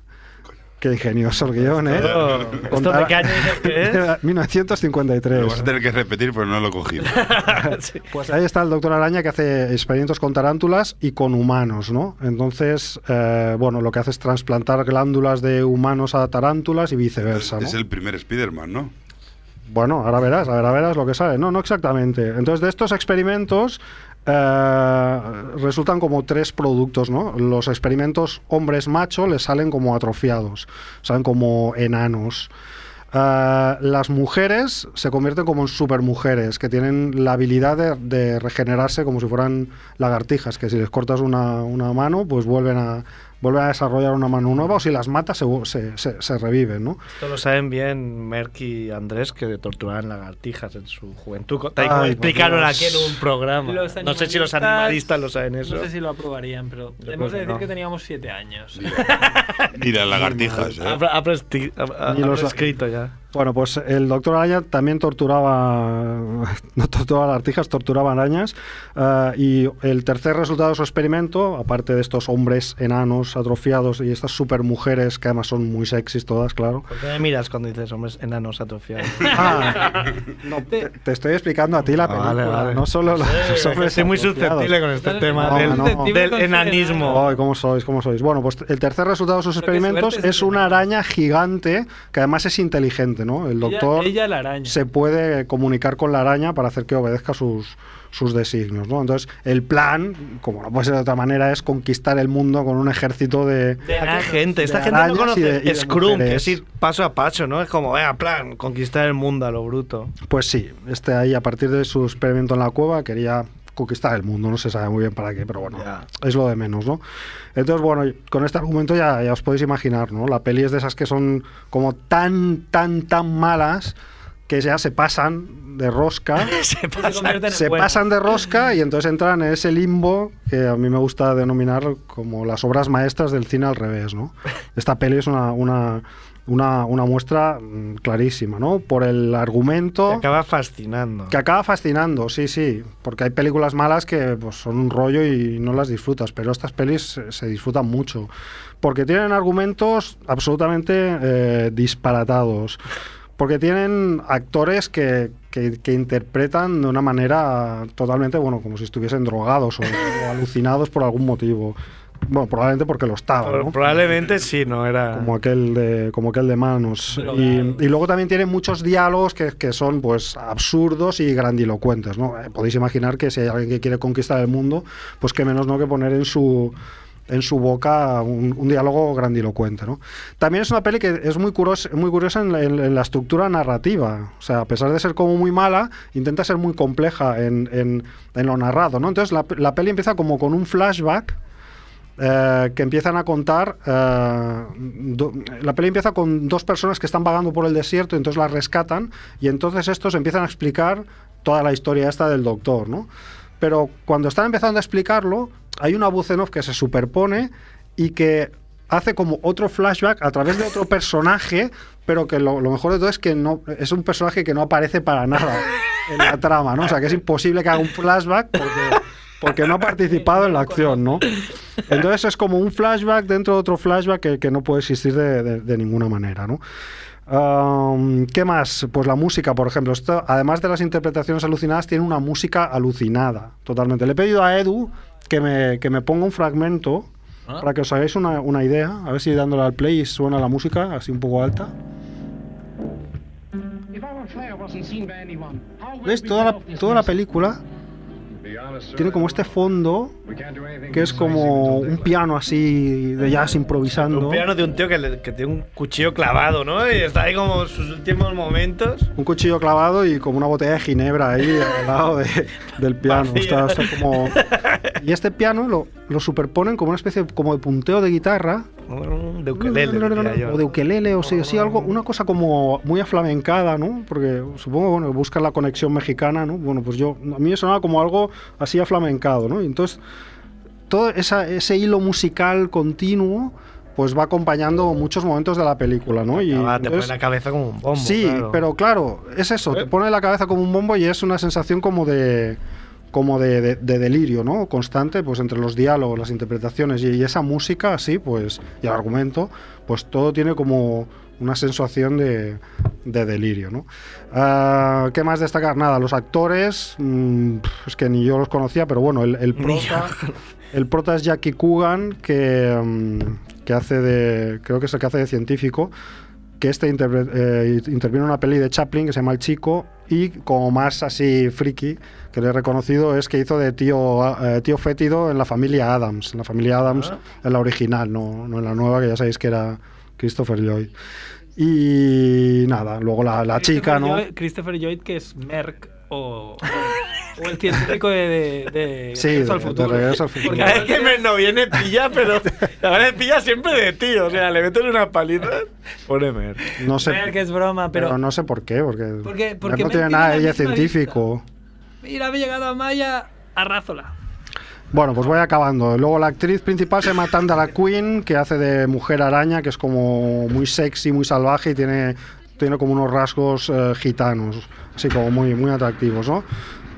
S3: Qué ingenioso el guión, ¿eh?
S1: Esto-
S3: Con
S1: ¿Esto de
S3: ara-
S1: qué año dices que es?
S3: 1953.
S4: Lo vas a tener que repetir, pues no lo he cogido.
S3: Pues ahí está el doctor Araña que hace experimentos con tarántulas y con humanos, ¿no? Entonces, eh, bueno, lo que hace es trasplantar glándulas de humanos a tarántulas y
S4: Es,
S3: viceversa, ¿no?
S4: es el primer Spider-Man, ¿no?
S3: Bueno, ahora verás, ahora verás lo que sale. No, no exactamente. Entonces, de estos experimentos eh, resultan como tres productos, ¿no? Los experimentos hombres macho les salen como atrofiados, salen como enanos. Eh, las mujeres se convierten como en supermujeres, que tienen la habilidad de, de regenerarse como si fueran lagartijas, que si les cortas una, una mano, pues vuelven a, vuelven a desarrollar una mano nueva, o si las matas se, vu- se- se- se reviven, ¿no?
S1: Esto lo saben bien Merck y Andrés que torturaban lagartijas en su juventud. co- Tal y
S3: Ay,
S1: como
S3: por
S1: explicaron
S3: Dios.
S1: aquí en un programa.
S2: Los
S1: No sé si los animalistas lo saben eso.
S2: No sé si lo aprobarían, pero
S1: Yo creo
S2: hemos
S1: que
S2: de decir
S1: no.
S2: que teníamos siete años.
S4: Ni las lagartijas,
S1: Ha,
S4: ¿eh?
S1: ha presti- ha- ha-
S3: Ni
S1: ha
S3: los-
S1: prescrito ya.
S3: Bueno, pues el doctor Araña también torturaba, no torturaba lagartijas, torturaba arañas. eh, y el tercer resultado de su experimento, aparte de estos hombres enanos, atrofiados y estas supermujeres que además son muy sexys todas, claro.
S1: ¿Por qué me miras cuando dices hombres enanos atrofiados?
S3: Ah, no, te, te estoy explicando a ti la
S1: Ah,
S3: película,
S1: vale, vale.
S3: no solo los
S1: Sí,
S3: hombres
S1: Estoy muy
S3: atrofiados.
S1: susceptible con este tema
S3: No,
S1: del,
S3: no.
S1: del
S3: este
S1: enanismo.
S3: Ay, ¿cómo sois? ¿Cómo sois? Bueno, pues el tercer resultado de sus
S2: Pero qué
S3: experimentos
S2: suerte este.
S3: es
S2: se
S3: una
S2: tiene.
S3: araña gigante que además es inteligente, ¿no? El doctor...
S2: Ella, ella la araña.
S3: se puede comunicar con la araña para hacer que obedezca sus, sus designios. ¿no? Entonces, el plan, como no puede ser de otra manera, es conquistar el mundo con un ejército de.
S2: De
S1: Esta
S2: enanos.
S1: gente, esta
S3: de
S1: gente no
S3: arañas y
S1: conoce
S3: de- y de
S1: Scrum, que
S3: mujeres.
S1: es ir paso a paso, ¿no? Es como, vea, plan, conquistar el mundo a lo bruto.
S3: Pues sí, este ahí, a partir de su experimento en la cueva, quería conquistar el mundo. No se sabe muy bien para qué, pero bueno,
S1: Ya.
S3: es lo de menos, ¿no? Entonces, bueno, y con este argumento ya, ya os podéis imaginar, ¿no? La peli es de esas que son como tan, tan, tan malas que ya se pasan de rosca.
S1: Se
S2: Y se
S1: pasa.
S2: convierte en
S3: se
S2: buena.
S3: pasan de rosca y entonces entran en ese limbo que a mí me gusta denominar como las obras maestras del cine al revés, ¿no? Esta peli es una, una, una, una muestra mm, clarísima, ¿no? Por el
S1: Te
S3: argumento
S1: acaba fascinando.
S3: que acaba fascinando, sí, sí, porque hay películas malas que pues, son un rollo y no las disfrutas, pero estas pelis se, se disfrutan mucho, porque tienen argumentos absolutamente eh, disparatados, porque tienen actores que, que- que interpretan de una manera totalmente, bueno, como si estuviesen drogados o, o alucinados por algún motivo. Bueno, probablemente porque lo estaba,
S1: Pero
S3: ¿no?
S1: Probablemente sí, no era.
S3: como aquel de como aquel de manos
S2: Pero
S3: y,
S2: claro.
S3: y luego también tiene muchos diálogos que, que son pues absurdos y grandilocuentes no Eh, podéis imaginar que si hay alguien que quiere conquistar el mundo pues que menos no que poner en su en su boca un, un diálogo grandilocuente. ¿no? También es una peli que es muy curiosa, muy curiosa en, la, en- en la estructura narrativa. O sea, a pesar de ser como muy mala, intenta ser muy compleja en, en- en lo narrado. ¿no? Entonces la, la peli empieza como con un flashback eh, que empiezan a contar. eh, do- la peli empieza con dos personas que están vagando por el desierto, entonces las rescatan, y entonces estos empiezan a explicar toda la historia esta del doctor, ¿no? Pero cuando están empezando a explicarlo, hay una voz en off que se superpone y que hace como otro flashback a través de otro personaje, pero que lo, lo mejor de todo es que no es un personaje que no aparece para nada en la trama, ¿no? O sea, que es imposible que haga un flashback porque, porque no ha participado en la acción, ¿no? Entonces es como un flashback dentro de otro flashback que, que no puede existir de, de- de ninguna manera, ¿no? Um, ¿Qué más? Pues la música, por ejemplo. Esto, además de las interpretaciones alucinadas, tiene una música alucinada, totalmente. Le he pedido a Edu que me, que me ponga un fragmento para que os hagáis una, una idea. A ver si dándole al play suena la música así un poco alta. ¿Ves? Toda la, toda la película tiene como este fondo que es como un piano así de jazz improvisando.
S1: Un piano de un tío que, le- que tiene un cuchillo clavado, ¿no? Y está ahí como sus últimos momentos.
S3: un cuchillo clavado y como una botella de ginebra ahí al lado de- del piano.
S1: Vacía.
S3: Está- está como... Y este piano lo, lo superponen como una especie de- como de punteo de guitarra.
S1: De ukelele. diría yo.
S3: O de ukelele, o sí, sí, algo, una cosa como muy aflamencada, ¿no? Porque supongo, bueno, buscan la conexión mexicana, ¿no? Bueno, pues yo, a mí me sonaba como algo así aflamencado, ¿no? Y entonces, todo esa- ese hilo musical continuo, pues va acompañando muchos momentos de la película, ¿no? Y
S1: Ah, te pone
S3: entonces-
S1: la cabeza como un bombo.
S3: Sí,
S1: claro.
S3: pero claro, es eso, te pone la cabeza como un bombo y es una sensación como de como de, de- de delirio, ¿no? Constante, pues entre los diálogos, las interpretaciones y, y esa música, así, pues, y el argumento, pues todo tiene como una sensación de, de delirio, ¿no? Ah, ¿Qué más destacar? Nada, los actores, mm, pf, es que ni yo los conocía, pero bueno, el, el prota, el prota es Jackie Coogan, que, mm, que hace de, creo que es el que hace de científico, que este interpre- eh, interviene en una peli de Chaplin que se llama El Chico y como más así friki que le he reconocido es que hizo de tío, eh, tío fétido en la familia Adams, en la familia
S2: Ah.
S3: Adams en la original, no, no en la nueva que ya sabéis que era Christopher Lloyd. Y nada, luego la, la chica,
S2: Christopher
S3: ¿no?
S2: Lloyd- Christopher Lloyd, que es Merck o, o el científico de, de, de
S3: Sí,
S2: Regreso
S3: de-
S2: al
S3: de
S2: futuro.
S3: Regreso al Futuro.
S2: Porque
S1: Cada vez que
S2: antes-
S1: me no viene pilla, pero la verdad es pilla siempre de tío. O sea, le meten una paliza. Pone mer.
S3: No sé,
S2: Merck es broma,
S3: pero
S2: pero,
S3: no sé por qué, porque,
S2: Porque-
S3: Mer
S2: porque
S3: no
S2: Mer
S3: tiene
S2: tiene
S3: nada
S2: la
S3: de ella
S2: misma
S3: científico.
S2: mira, había llegado a Maya, arrázola.
S3: Bueno, pues voy acabando. Luego la actriz principal se llama Tandara Queen, que hace de mujer araña, que es como muy sexy, muy salvaje y tiene, tiene como unos rasgos eh, gitanos, así como muy, muy atractivos, ¿no?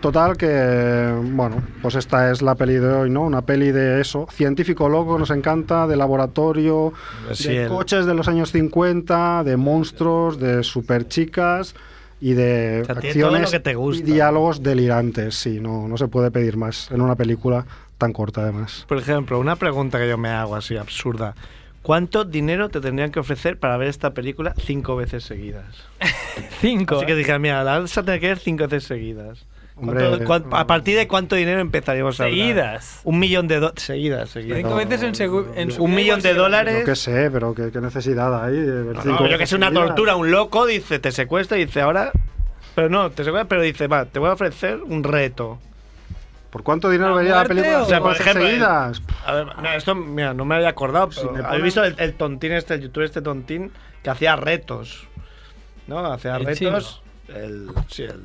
S3: Total que, bueno, pues esta es la peli de hoy, ¿no? Una peli de eso, científico loco, nos encanta, de laboratorio,
S1: Pues Sí,
S3: de
S1: el-
S3: coches de los años 50, de monstruos, de superchicas y de
S1: O sea, tiene todo lo
S3: acciones
S1: que te gusta.
S3: y diálogos delirantes. Sí, no, no se puede pedir más en una película tan corta además.
S1: Por ejemplo, una pregunta que yo me hago así absurda. ¿Cuánto dinero te tendrían que ofrecer para ver esta película cinco veces seguidas?
S2: Cinco.
S1: Así que dije, mira, la alza tiene que ver cinco veces seguidas.
S3: Hombre,
S1: ¿Cuánto- cuán- ¿A partir de cuánto dinero empezaríamos a hablar?
S2: Seguidas.
S1: Un millón de dólares. Seguidas, seguidas.
S2: Cinco
S3: No,
S2: veces en, segu- en su-
S1: un millón de
S3: Yo qué
S1: dólares.
S3: sé, pero qué, qué necesidad hay de ver
S1: No,
S3: cinco
S1: no, yo que
S3: veces
S1: sé, una
S3: seguidas.
S1: tortura. Un loco dice, te secuestra y dice, ahora. Pero no, te secuestra, pero dice, va, te voy a ofrecer un reto.
S3: ¿Por cuánto dinero
S2: ¿La
S3: vería la
S2: muerte
S3: película?
S2: o-
S3: cinco
S1: O sea, por
S3: veces
S1: ejemplo,
S3: seguidas?
S1: A ver, no, esto, mira, no me había acordado,
S3: Si
S1: pero
S3: me
S1: ¿habéis
S3: ponen-
S1: visto el, el tontín este, el youtuber este tontín, que hacía retos? ¿No? Hacía
S2: El
S1: retos. El, sí, el...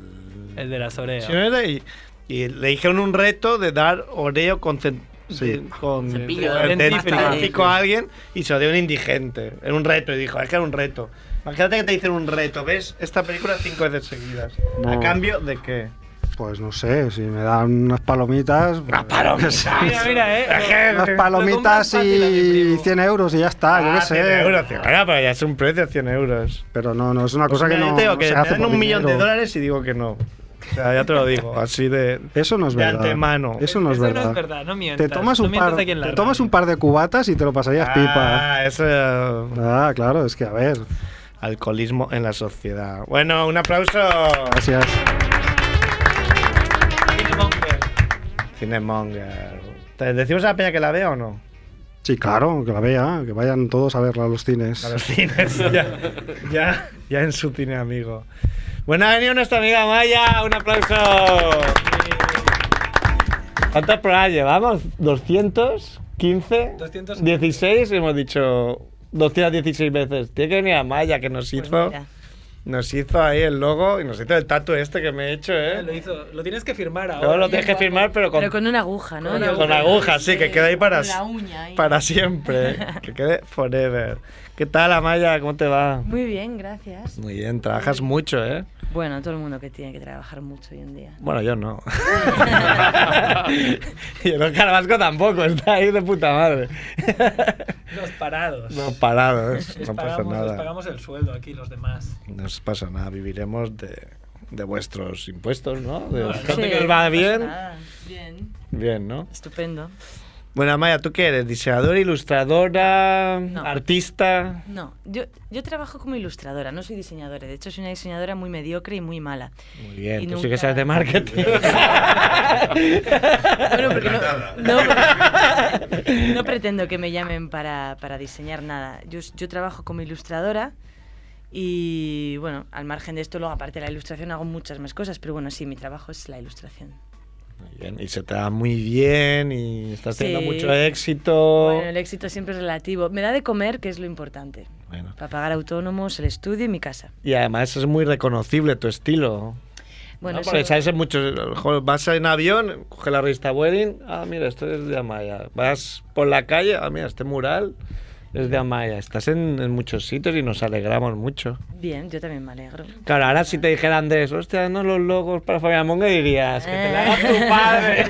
S2: El de la Sorea.
S1: sí, ¿no era? y, y le dijeron un reto de dar oreo con... cen-
S3: Sí.
S1: de- con
S9: Cepillo,
S1: con
S2: dentífrico.
S1: dentífrico a alguien y se lo dio a un indigente. Era un reto y dijo, es que era un reto. Imagínate que te dicen un reto, ¿ves? Esta película cinco veces seguidas. ¿A
S3: No.
S1: cambio de qué?
S3: Pues no sé, si me dan unas palomitas. Unas palomitas.
S2: Ah, Mira, mira, eh.
S3: Unas
S2: Lo compras
S3: palomitas
S2: fácil a mi
S3: y
S2: primo.
S3: 100 euros y ya está, yo
S1: Ah,
S3: qué sé.
S1: 100 euros, tío. Bueno, pero ya es un precio de 100 euros.
S3: Pero no, no, es una cosa que
S1: Pues Yo
S3: no,
S1: te digo
S3: no
S1: que
S3: se
S1: me
S3: hace
S1: dan
S3: por
S1: un millón de
S3: dinero.
S1: dólares y digo que no. O sea, ya te lo digo, así de,
S3: Eso no es
S1: de
S3: verdad.
S1: antemano.
S3: Eso no es
S2: Eso
S3: verdad.
S2: no es verdad, no mientas.
S3: Te tomas,
S2: no
S3: un
S2: mientas
S3: par,
S2: aquí en la
S3: te tomas
S2: radio.
S3: un par de cubatas y te lo pasarías
S1: Ah, eso ya-
S3: pipa. Ah, claro, es que a ver.
S1: Alcoholismo en la sociedad. Bueno, un aplauso.
S3: Gracias.
S2: Cinemonger.
S1: Cinemonger. ¿Te decimos a la peña que la vea o no?
S3: Sí, claro, que la vea, que vayan todos a verla a los cines.
S1: A los cines, ya, ya, ya en su cine amigo. Bueno, ha venido nuestra amiga Maya, un aplauso. ¿Cuántos programas llevamos? ¿215?
S2: 215.
S1: 16, hemos dicho 216 veces. Tiene que venir a Maya que nos
S10: Pues
S1: hizo,
S10: mira.
S1: nos hizo ahí el logo y nos hizo el tatu este que me he hecho,
S2: Eh, Lo
S1: ¿eh?
S2: hizo. Lo tienes que firmar ahora.
S1: Luego lo tienes que firmar, pero con,
S10: Pero con una aguja, ¿no?
S1: con
S10: Yo-
S1: aguja, sí, que queda ahí para,
S10: Con la uña ahí.
S1: para siempre. que quede forever. ¿Qué tal, Amaya? ¿Cómo te va?
S10: Muy bien, gracias.
S1: Muy bien, trabajas mucho, ¿eh?
S10: Bueno, todo el mundo que tiene que trabajar mucho hoy en día.
S1: Bueno, yo no. y el Oscar Vasco tampoco, está ahí de puta madre.
S2: Los parados.
S1: no parados,
S2: Les
S1: no pasa
S2: pagamos, Les
S1: nada.
S2: pagamos el sueldo aquí, los demás.
S1: No os pasa nada, viviremos de, de vuestros impuestos, ¿no? De
S2: No,
S1: gente
S2: sí,
S1: que os va
S10: no pasa
S1: bien.
S10: nada. Bien,
S1: Bien, ¿no?
S10: estupendo.
S1: Bueno, Amaya, ¿tú qué eres? ¿Diseñadora, ilustradora,
S10: No.
S1: artista?
S10: No, yo, yo trabajo como ilustradora, no soy diseñadora. De hecho, soy una diseñadora muy mediocre y muy mala.
S1: Muy bien,
S10: Y
S1: tú sí
S10: nunca-
S1: que sabes de marketing.
S10: Bueno, porque no,
S4: Contratada.
S10: no- no pretendo que me llamen para, para diseñar nada. Yo, s- yo trabajo como ilustradora y, bueno, al margen de esto, luego aparte de la ilustración hago muchas más cosas, pero bueno, sí, mi trabajo es la ilustración.
S1: Muy bien, y se te da muy bien y estás teniendo
S10: Sí.
S1: mucho éxito.
S10: Bueno, el éxito siempre es relativo. Me da de comer, que es lo importante.
S1: Bueno.
S10: Para pagar autónomos, el estudio y mi casa.
S1: Y además es muy reconocible tu estilo.
S10: Bueno,
S1: No,
S10: eso-
S1: porque sabes en muchos. jo, Vas en avión, coge la revista Welling. Ah, mira, esto es de Amaya. Vas por la calle. Ah, mira, este mural es de Amaya. Estás en, en muchos sitios y nos alegramos mucho.
S10: bien, yo también me alegro.
S1: Claro, ahora si te dijeran de eso, hostia, no los logos para Fabián Monge, dirías que te lo haga tu padre.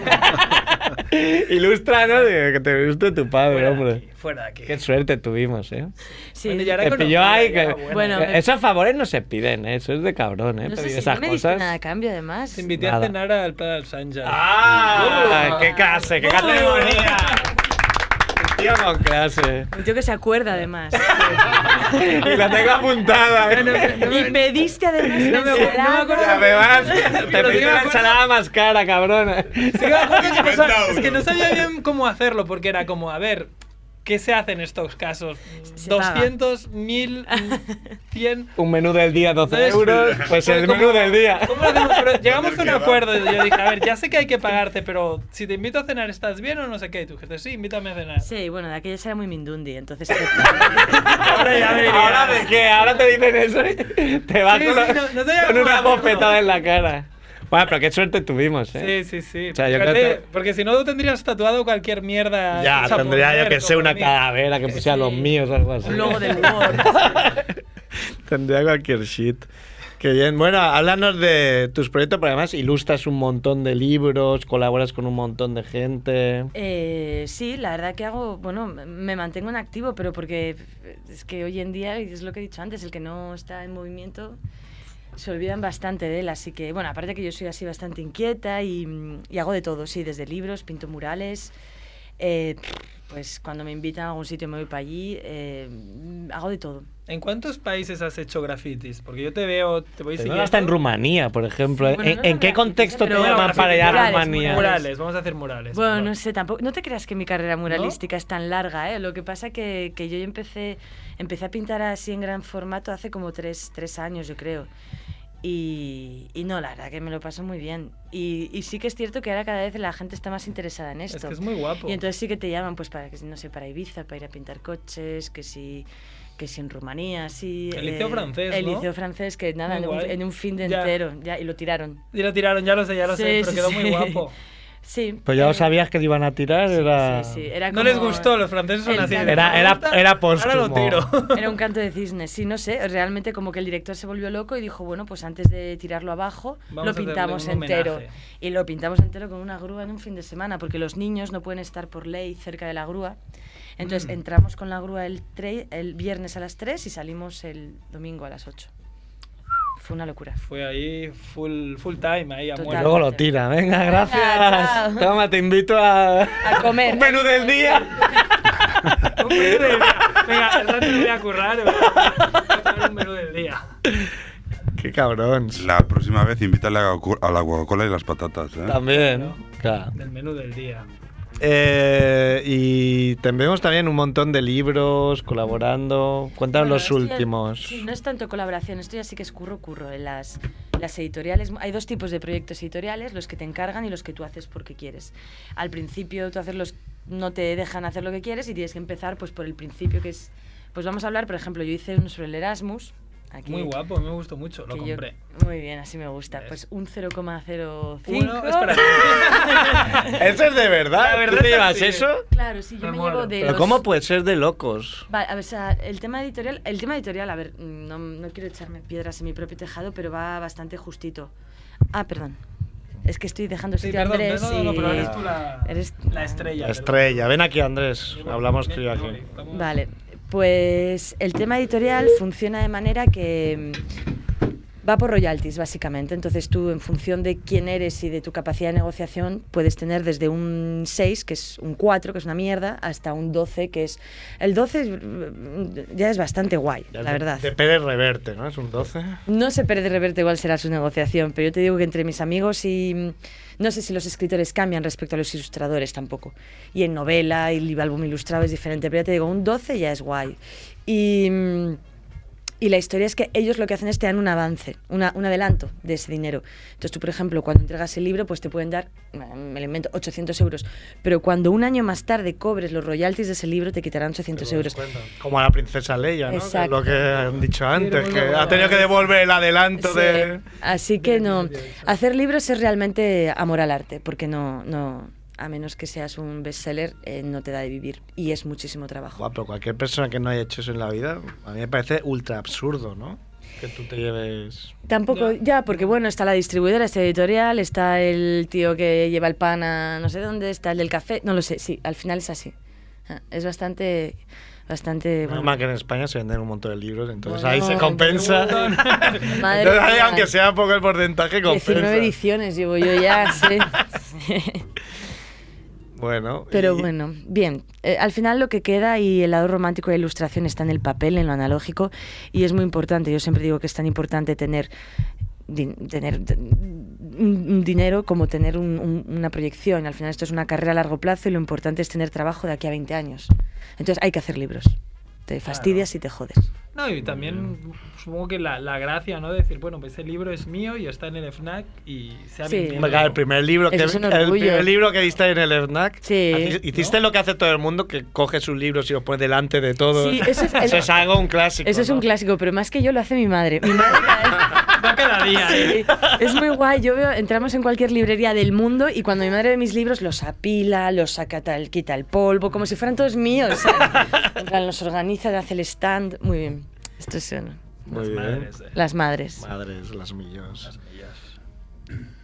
S1: Ilustra, ¿no? Digo, Que te ilustre tu padre,
S2: Fuera de
S1: hombre.
S2: aquí, Fuera de aquí.
S1: Qué suerte tuvimos, ¿eh.
S10: Sí,
S2: Bueno, y ahora
S1: Te
S2: conocida,
S1: pilló ahí.
S2: ya,
S1: que-
S2: bueno.
S10: Bueno,
S1: eh, esos favores no se piden, ¿eh? eso es de cabrón, ¿eh?
S10: no sé
S1: Pedir
S10: si
S1: esas
S10: no me diste
S1: cosas.
S10: nada a cambio, además.
S2: Te invité
S1: Nada.
S2: a cenar al Pladal Sanja.
S1: ¡Ah!
S2: Uh.
S1: ¡Qué clase! ¡Qué categoría! Tío con clase.
S10: Un tío que se acuerda, además.
S1: Y la tengo apuntada. ¿eh?
S10: y pediste además no
S2: me- no me acuerdo.
S1: Ya me vas. Te
S2: Pero sí
S1: pedí
S2: me
S1: una
S2: acuerdo.
S1: ensalada más cara, cabrona.
S2: Sí, me acuerdo que no sab-
S4: Inventado,
S2: es que
S4: ¿no?
S2: no sabía bien cómo hacerlo, porque era como, a ver, ¿qué se hace en estos casos?
S10: Se paga.
S2: 200, 1000, 100.
S1: Un menú del día, 12
S2: Entonces,
S1: euros. Pues el
S2: ¿cómo-
S1: menú del día.
S2: ¿Cómo lo hacemos? Pero llegamos a un
S4: Kebab.
S2: acuerdo. y Yo dije, a ver, ya sé que hay que pagarte, pero si te invito a cenar, ¿estás bien o no sé qué? Y tú dijiste, sí, invítame a cenar.
S10: Sí, bueno, de aquella era muy mindundi, entonces...
S2: Ahora ya me dirías.
S1: ¿Ahora de qué? ¿Ahora te dicen eso? Te vas
S2: Sí,
S1: con,
S2: sí,
S1: una-
S2: no- no sabía
S1: con
S2: cómo
S1: una
S2: hacerlo.
S1: bofetada en la cara. Bueno, pero qué suerte tuvimos, ¿eh?
S2: Sí, sí, sí.
S1: O sea, yo
S2: Fíjate,
S1: creo que-
S2: Porque si no, tú tendrías tatuado cualquier mierda.
S1: Ya,
S2: hecha por
S1: tendría yo que
S2: Roberto,
S1: ser una
S2: por mí.
S1: calavera que pusiera los míos o algo así.
S10: Un logo del Word.
S1: Tendría cualquier shit. Qué bien. Bueno, háblanos de tus proyectos, pero además ilustras un montón de libros, colaboras con un montón de gente.
S10: Eh, sí, la verdad que hago, bueno, me mantengo en activo, pero porque es que hoy en día, y es lo que he dicho antes, el que no está en movimiento se olvidan bastante de él, así que, bueno, aparte que yo soy así bastante inquieta y, mm, y hago de todo, sí, desde libros, pinto murales, eh, pues cuando me invitan a algún sitio me voy para allí, eh, hago de todo.
S2: ¿En cuántos países has hecho grafitis? Porque yo te veo, te voy
S1: Te
S2: siguiendo.
S1: veo hasta en Rumanía, por ejemplo. ¿eh?
S10: Bueno,
S1: ¿En,
S10: no
S1: en
S10: lo
S1: qué
S10: grafitis,
S1: contexto te
S10: pero bueno,
S1: llaman
S10: grafitis
S1: para ir a
S10: murales,
S1: Rumanía?
S2: Murales, vamos a hacer murales.
S10: Bueno,
S2: perdón.
S10: no sé, tampoco, no te creas que mi carrera muralística es tan larga, ¿eh? Lo que pasa que, que yo ya empecé, empecé a pintar así en gran formato hace como tres, tres años, yo creo. Y, y no, la verdad que me lo paso muy bien. Y, y sí que es cierto que ahora cada vez la gente está más interesada en
S2: Es
S10: esto.
S2: que es muy guapo.
S10: y entonces sí que te llaman, pues, para, que si- no sé, para Ibiza, para ir a pintar coches, que si que si en Rumanía, sí. eh,
S2: El liceo francés,
S10: El
S2: ¿no?
S10: liceo francés, que nada,
S2: Muy
S10: en un,
S2: guay.
S10: en un fin de
S2: Ya.
S10: entero, ya, y lo tiraron.
S2: Y lo tiraron, ya lo sé, ya lo
S10: Sí,
S2: sé, pero
S10: sí,
S2: quedó
S10: sí.
S2: muy guapo.
S10: Sí.
S1: Pues ya
S10: eh,
S1: lo sabías que te iban a tirar, era...
S10: sí, sí, era
S2: No les
S10: como-
S2: gustó, los franceses son
S10: El
S2: así.
S10: canto.
S1: Era- era- era
S2: Ahora lo
S1: póstumo.
S2: tiro.
S10: Era un canto de cisne, sí, no sé, realmente como que el director se volvió loco y dijo, bueno, pues antes de tirarlo abajo,
S2: Vamos a
S10: lo
S2: hacerle
S10: pintamos
S2: un
S10: entero.
S2: homenaje.
S10: Y lo pintamos entero con una grúa en un fin de semana, porque los niños no pueden estar por ley cerca de la grúa.
S2: Mm.
S10: Entonces entramos con la grúa el, tre- el viernes a las 3 y salimos el domingo a las 8. fue una locura.
S2: Fue ahí full, full time, ahí a muerte.
S1: Luego lo tira, venga, gracias.
S10: chao.
S1: Toma, te invito a.
S10: A comer.
S1: Un menú del día.
S2: Venga, el rato me voy a currar, me voy a tomar un menú del día.
S1: Qué cabrón.
S4: La próxima vez invítale a la cu- a la Coca-Cola y las patatas, ¿eh?
S1: También. Claro.
S2: Del menú del día.
S1: Eh, y te vemos también un montón de libros colaborando. Cuéntanos
S10: Bueno,
S1: los
S10: esto ya-
S1: últimos.
S10: sí, no es tanto colaboración, esto ya sí que es curro, curro. En las, las editoriales, hay dos tipos de proyectos editoriales, los que te encargan y los que tú haces porque quieres. Al principio tú haces los, no te dejan hacer lo que quieres y tienes que empezar pues por el principio que es... Pues vamos a hablar, por ejemplo, yo hice uno sobre el Erasmus. Aquí,
S2: Muy guapo, me gustó mucho, lo
S10: que yo-
S2: compré.
S10: muy bien, así me gusta. Pues un 0,05.
S2: Uno, espérate.
S1: ¿Eso es de verdad?
S2: La
S1: ¿Tú
S2: verdad
S1: te
S2: es
S1: llevas
S2: que sí.
S1: eso?
S10: Claro, sí, yo
S2: Me
S10: me,
S2: muero.
S10: llevo de...
S1: ¿Pero
S10: los-
S1: cómo puede ser de locos?
S10: Vale, a ver, o sea, el tema editorial, el tema editorial, a ver, no, no quiero echarme piedras en mi propio tejado, pero va bastante justito. Ah, perdón. Es que estoy dejando
S2: Sí,
S10: sitio a
S2: perdón,
S10: Andrés
S2: no, no, no,
S10: y-
S2: pero eres tú la,
S10: eres-
S2: la estrella.
S1: La
S2: perdón.
S1: estrella. Ven aquí, Andrés. Hablamos tú y yo aquí.
S2: Estamos-
S10: Vale, pues el tema editorial funciona de manera que mm, va por royalties, básicamente. Entonces tú, en función de quién eres y de tu capacidad de negociación, puedes tener desde un 6, que es un 4, que es una mierda, hasta un 12, que es... El 12 es, mm, ya es bastante guay, la verdad.
S1: De Pérez Reverte, ¿no? Es un 12.
S10: No sé Pérez Reverte igual será su negociación, pero yo te digo que entre mis amigos y... mm, No sé si los escritores cambian respecto a los ilustradores tampoco. Y en novela y li- álbum ilustrado es diferente, pero ya te digo, un 12 ya es guay. Y, mm, y la historia es que ellos lo que hacen es te dan un avance, una- un adelanto de ese dinero. Entonces tú, por ejemplo, cuando entregas el libro, pues te pueden dar, mm, me lo invento, 800 euros. Pero cuando un año más tarde cobres los royalties de ese libro, te quitarán 800 euros.
S1: Como a la princesa Leia, ¿no? Que es
S10: Exacto.
S1: Lo que han dicho antes,
S2: muy
S1: que
S2: buena.
S1: ha tenido que devolver el adelanto
S10: Sí,
S1: de...
S10: Así que no. Hacer libros es realmente amor al arte, porque no, no, a menos que seas un bestseller, eh, no te da de vivir. Y es muchísimo trabajo.
S1: Guau, pero cualquier persona que no haya hecho eso en la vida, a mí me parece ultra absurdo, ¿no? Que tú te lleves...
S10: Tampoco, ya, porque bueno, está la distribuidora, está editorial, está el tío que lleva el pan a no sé dónde, está el del café, no lo sé, sí, al final es así. Ah, Es bastante, bastante...
S1: Menos
S10: bueno.
S1: mal que en España se venden un montón de libros, entonces
S10: Bueno,
S1: ahí se compensa.
S10: un montón. Madre
S1: Entonces, ahí,
S10: mía.
S1: aunque sea poco el porcentaje, compensa.
S10: 19 ediciones llevo yo ya, sí.
S1: Bueno.
S10: Pero
S1: y-
S10: bueno, bien. Eh, al final lo que queda y el lado romántico de la ilustración está en el papel, en lo analógico, y es muy importante. Yo siempre digo que es tan importante tener din- tener t- un un dinero como tener un- un- una proyección. Al final esto es una carrera a largo plazo y lo importante es tener trabajo de aquí a 20 años. Entonces hay que hacer libros. Te fastidias y te jodes.
S2: No, y también supongo que la, la gracia, ¿no? De decir, bueno, pues ese libro es mío y está en el FNAC y se ha
S10: Sí.
S2: vendido.
S1: Hombre, claro, el primer libro que
S10: Eso es un
S1: el
S10: orgullo.
S1: primer libro que diste en el snack
S10: Sí.
S1: hiciste lo que hace todo el mundo que coge sus libros y los pone delante de todo
S10: Sí, eso es-
S1: algo un clásico
S10: Eso es un
S1: ¿no?
S10: clásico, pero más que yo lo hace mi madre. Mi madre cada vez-
S2: Va cada día, ¿eh?
S10: Sí, es muy guay. Yo veo, entramos en cualquier librería del mundo y cuando mi madre ve mis libros los apila, los saca tal, quita el polvo, como si fueran todos míos. ¿sabes? En plan, los organiza, hace el stand. Muy bien. Esto es bueno,
S1: Muy
S2: Las
S1: bien.
S2: madres, eh.
S10: las madres.
S1: madres las millas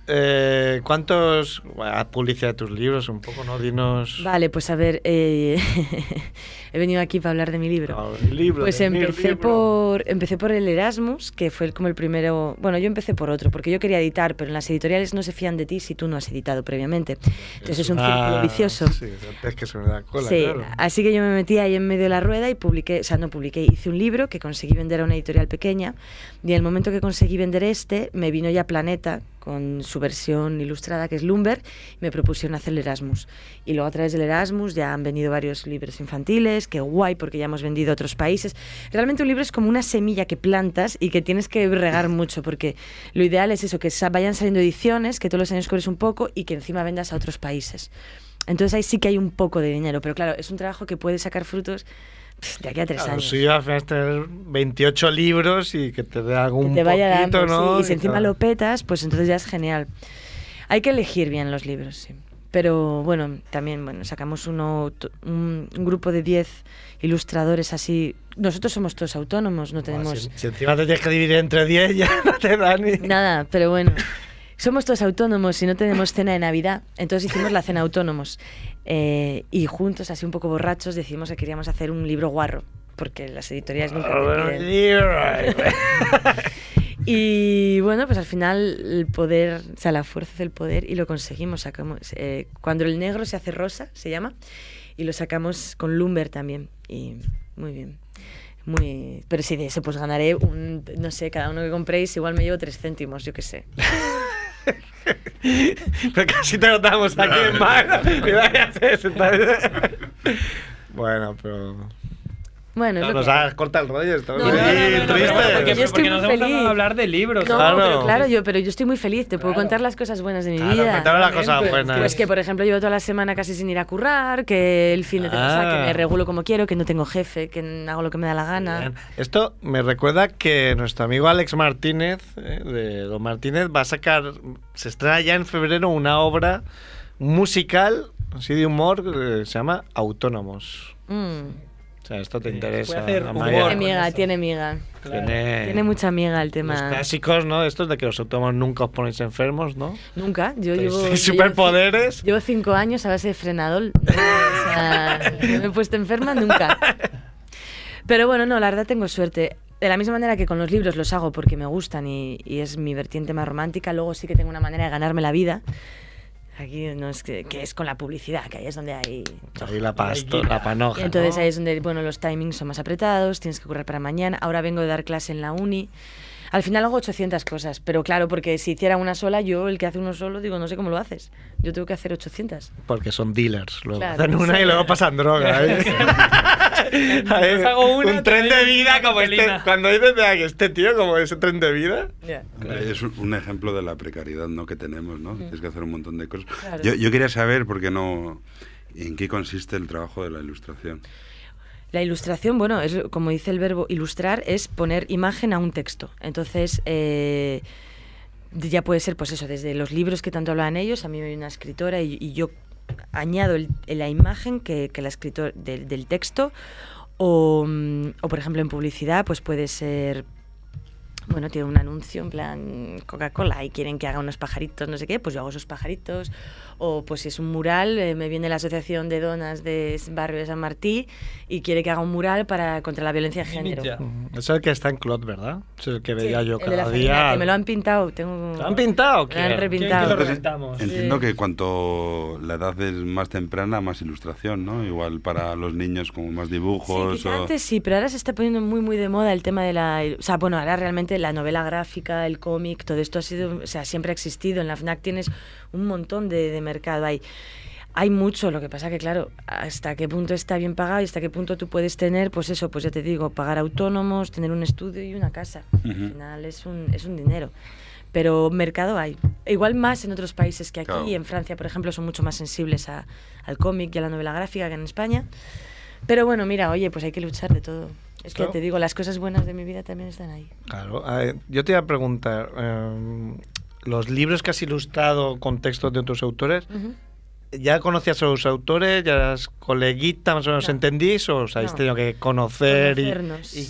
S1: eh, cuántos bueno, haz publicidad de tus libros un poco no dinos
S10: Vale, pues a ver, eh, he venido aquí para hablar de mi libro.
S1: No, el libro
S10: Pues
S1: de mil
S10: empecé
S1: libros.
S10: por, empecé por el Erasmus, que fue el- como el primero. Bueno, yo empecé por otro, porque yo quería editar, pero en las editoriales no se fían de ti si tú no has editado previamente. Entonces es un círculo
S1: Ah,
S10: vicioso.
S1: sí, es que se me da cola
S10: Sí,
S1: claro.
S10: así que yo me metí ahí en medio de la rueda y publiqué, o sea, no publiqué, hice un libro que conseguí vender a una editorial pequeña y en el momento que conseguí vender este, me vino ya Planeta con su versión ilustrada que es Lumber y me propusieron hacer el Erasmus. Y luego a través del Erasmus ya han venido varios libros infantiles, que guay porque ya hemos vendido a otros países. Realmente un libro es como una semilla que plantas y que tienes que regar mucho porque lo ideal es eso, que sa- vayan saliendo ediciones, que todos los años cobres un poco y que encima vendas a otros países. Entonces ahí sí que hay un poco de dinero, pero claro, es un trabajo que puede sacar frutos pf, de aquí a tres
S1: Claro,
S10: años.
S1: sí, al final es tener 28 libros y que te dé
S10: que
S1: algún
S10: te vaya
S1: poquito,
S10: dando, sí,
S1: ¿no?
S10: y si encima
S1: claro.
S10: lo petas, pues entonces ya es genial. Hay que elegir bien los libros, sí. Pero bueno, también bueno, sacamos uno, t- un, un grupo de 10 ilustradores así. Nosotros somos todos autónomos, no
S1: Buah,
S10: tenemos...
S1: Si, si encima te tienes que dividir entre 10, ya no te da ni.
S10: Nada, pero bueno. Somos todos autónomos y no tenemos cena de Navidad. Entonces hicimos la cena autónomos. Eh, y juntos, así un poco borrachos, decidimos que queríamos hacer
S1: Ah,
S10: un libro guarro. Porque las editoriales nunca te piden. Y bueno, pues al final el poder, o sea, la fuerza del poder y lo conseguimos. Sacamos, eh, cuando el negro se hace rosa, se llama, y lo sacamos con Lumber también. Y muy bien. Muy, pero si de eso pues ganaré un, no sé, cada uno que compréis igual me llevo tres céntimos, yo qué sé.
S1: Pero casi te notamos aquí en mano. Y vaya a ser, ¿sabes? Bueno, pero.
S10: Bueno, es
S1: No
S10: lo
S1: nos
S10: que-
S1: hagas corta el rollo, estamos
S10: No, no,
S1: aquí
S10: no, no, no,
S1: tristes.
S10: pero porque
S2: Porque
S10: yo estoy
S2: nos
S10: muy
S2: hemos tratado
S10: feliz.
S2: de hablar de libros.
S10: No,
S1: Claro.
S10: pero claro, yo, pero yo estoy muy feliz, te puedo contar las cosas buenas de mi
S1: Claro,
S10: vida.
S1: cuéntame las cosas
S10: Pues-
S1: buenas.
S10: Pues que, por ejemplo, llevo toda la semana casi sin ir a currar, que el fin de semana,
S1: Ah.
S10: que me regulo como quiero, que no tengo jefe, que hago lo que me da la gana.
S1: Esto me recuerda que nuestro amigo Alex Martínez, eh, de Don Martínez, va a sacar, se estrena ya en febrero una obra musical, así de humor, eh, se llama Autónomos.
S10: Mm.
S1: O sea, esto te interesa.
S2: hacer
S1: Amaya.
S2: humor
S10: Tiene miga, tiene miga.
S1: Tiene,
S10: Tiene mucha miga el
S1: Los
S10: tema.
S1: clásicos, ¿no? Estos de que los autónomos nunca os ponéis enfermos, ¿no?
S10: Nunca, yo
S1: Tenéis
S10: llevo... yo llevo
S1: superpoderes.
S10: Llevo cinco años a base de frenadol. O sea, no me he puesto enferma nunca. Pero bueno, no, la verdad tengo suerte. De la misma manera que con los libros los hago porque me gustan y, y es mi vertiente más romántica, luego sí que tengo una manera de ganarme la vida. Aquí no es que, que es con la publicidad, que ahí es donde hay...
S1: Ahí la pasto, la panoja.
S10: Y entonces
S1: ¿no?
S10: ahí es donde, bueno, los timings son más apretados, tienes que currar para mañana. Ahora vengo de dar clase en la uni. Al final hago 800 cosas, pero claro, porque si hiciera una sola, yo el que hace uno solo, digo, no sé cómo lo haces. Yo tengo que hacer 800.
S1: Porque son dealers. Luego
S10: Claro,
S1: hacen una
S10: sí.
S1: y luego pasan droga. ¿eh? A ver,
S2: hago una,
S1: un
S2: te
S1: tren
S2: doy
S1: de
S2: una
S1: vida como este.
S2: papelina.
S1: Cuando dices de aquí, este tío, como ese tren de vida.
S4: Hombre, Es un- un ejemplo de la precariedad ¿no? que tenemos, ¿no? Tienes que hacer un montón de cosas.
S10: Mm. Claro.
S4: Yo, yo quería saber, porque no, en qué consiste el trabajo de la ilustración.
S10: La ilustración, bueno, es como dice el verbo ilustrar, es poner imagen a un texto. Entonces, eh, ya puede ser, pues eso, desde los libros que tanto hablaban ellos, a mí me hay una escritora y, y yo añado el- la imagen que, que la escritor del, del texto, o, mm, o por ejemplo en publicidad, pues puede ser bueno, tiene un anuncio en plan Coca-Cola y quieren que haga unos pajaritos, no sé qué, pues yo hago esos pajaritos. O pues si es un mural, eh, me viene la Asociación de Donas de S- Barrio de San Martí y quiere que haga un mural para contra la violencia de género.
S2: Ninja.
S1: Mm, Es el que está en Clot, ¿verdad? Es el que
S10: Sí,
S1: veía
S10: el
S1: yo
S10: de la
S1: cada
S10: farinata,
S1: día.
S10: que me lo han pintado. Tengo...
S1: ¿Te lo han pintado?
S10: Me lo han
S1: ¿Quién?
S10: repintado.
S2: Lo reventamos.
S4: Entiendo
S10: Pues Sí.
S4: que cuanto la edad es más temprana, más ilustración, ¿no? Igual para los niños como más dibujos.
S10: Sí, quizá
S4: o-
S10: antes sí, pero ahora se está poniendo muy, muy de moda el tema de la... O sea, bueno, ahora realmente la novela gráfica, el cómic, todo esto ha sido... O sea, siempre ha existido. En la FNAC tienes un montón de, de mercado ahí. Hay mucho, lo que pasa que, claro, hasta qué punto está bien pagado y hasta qué punto tú puedes tener, pues eso, pues ya te digo, pagar autónomos, tener un estudio y una casa. Al
S4: Ujú.
S10: final es un, es un dinero. Pero mercado hay. Igual más en otros países que aquí.
S4: Claro.
S10: En Francia, por ejemplo, son mucho más sensibles a- al cómic y a la novela gráfica que en España. Pero bueno, mira, oye, pues hay que luchar de todo. Es que
S1: Claro.
S10: te digo, las cosas buenas de mi vida también están ahí.
S1: Claro. A ver, yo te iba a preguntar: eh, ¿los libros que has ilustrado con textos de otros autores, ya conocías a los autores? ¿Ya eras coleguita, más o menos
S10: No.
S1: entendís? ¿O os habéis
S10: No.
S1: tenido que conocer y,
S10: Conocernos.
S1: y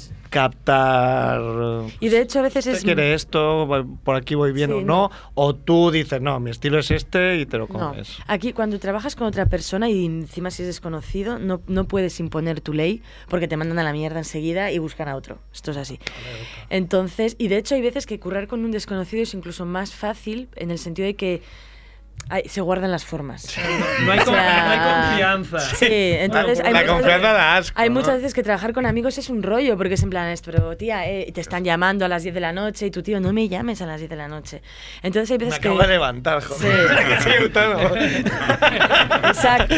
S1: captar? eh,
S10: Y de hecho a veces
S1: Usted
S10: es...
S1: quiere esto, va- por aquí voy bien
S10: Sí,
S1: o no, o tú dices, no, mi estilo es este y te lo
S10: No,
S1: comes.
S10: aquí cuando trabajas con otra persona y encima si es desconocido, no, no puedes imponer tu ley porque te mandan a la mierda enseguida y buscan a otro. Esto es así. Entonces, y de hecho hay veces que currar con un desconocido es incluso más fácil en el sentido de que ay, se guardan las formas.
S2: No hay,
S10: O
S2: con-
S10: sea,
S2: no hay confianza.
S10: Sí, entonces hay
S1: la
S10: muchas-
S1: confianza da asco.
S10: Hay
S1: ¿no?
S10: muchas veces que trabajar con amigos es un rollo, porque es en plan, "Es, pero tía, eh, te están llamando a las 10 de la noche y tu tío, no me llames a las 10 de la noche. Entonces hay
S1: Me
S10: veces
S1: acabo
S10: que...
S1: de levantar,
S10: Sí.
S1: joder. que soy autónomo.
S10: Exacto.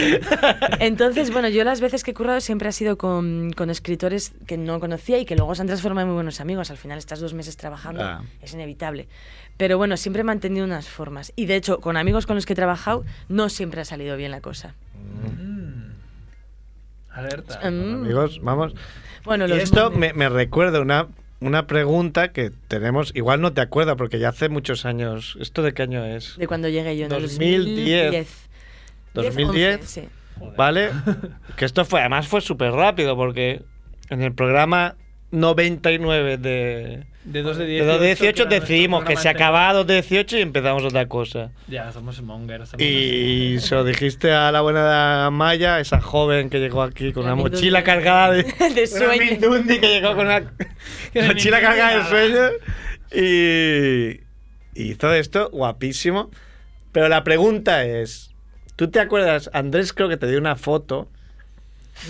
S10: Entonces, bueno, yo las veces que he currado siempre ha sido con, con escritores que no conocía y que luego se han transformado en muy buenos amigos. Al final estás dos meses trabajando,
S1: Ah.
S10: es inevitable. Pero bueno, siempre he mantenido unas formas. Y de hecho, con amigos con los que he trabajado, no siempre ha salido bien la cosa.
S2: Mm. Alerta.
S10: Mm.
S1: Amigos, vamos.
S10: Bueno,
S1: Y
S10: los
S1: esto
S10: momen-
S1: me, me recuerda una, una pregunta que tenemos, igual no te acuerdas porque ya hace muchos años, ¿esto de qué año es?
S10: De cuando llegué yo en el
S1: 2010.
S10: 2010.
S1: 2010.
S10: 11, sí.
S1: ¿Vale? Que esto fue, además fue súper rápido porque en el programa 99 de,
S2: De 2 de
S1: De
S2: 18.
S1: los 18
S2: que era nuestro
S1: decidimos que
S2: programa
S1: se
S2: anterior.
S1: acababa los 18 y empezamos otra cosa.
S2: Ya, somos mongers. somos
S1: Y se lo dijiste a la buena Maya, esa joven que llegó aquí con
S2: La
S1: una
S2: Mindundi.
S1: mochila cargada de,
S10: de
S1: una Mindundi que llegó con una
S2: la
S1: mochila
S2: Mindundi
S1: cargada de
S2: nada.
S1: sueños. Y, y todo esto, guapísimo. Pero la pregunta es, ¿tú te acuerdas? Andrés creo que te dio una foto.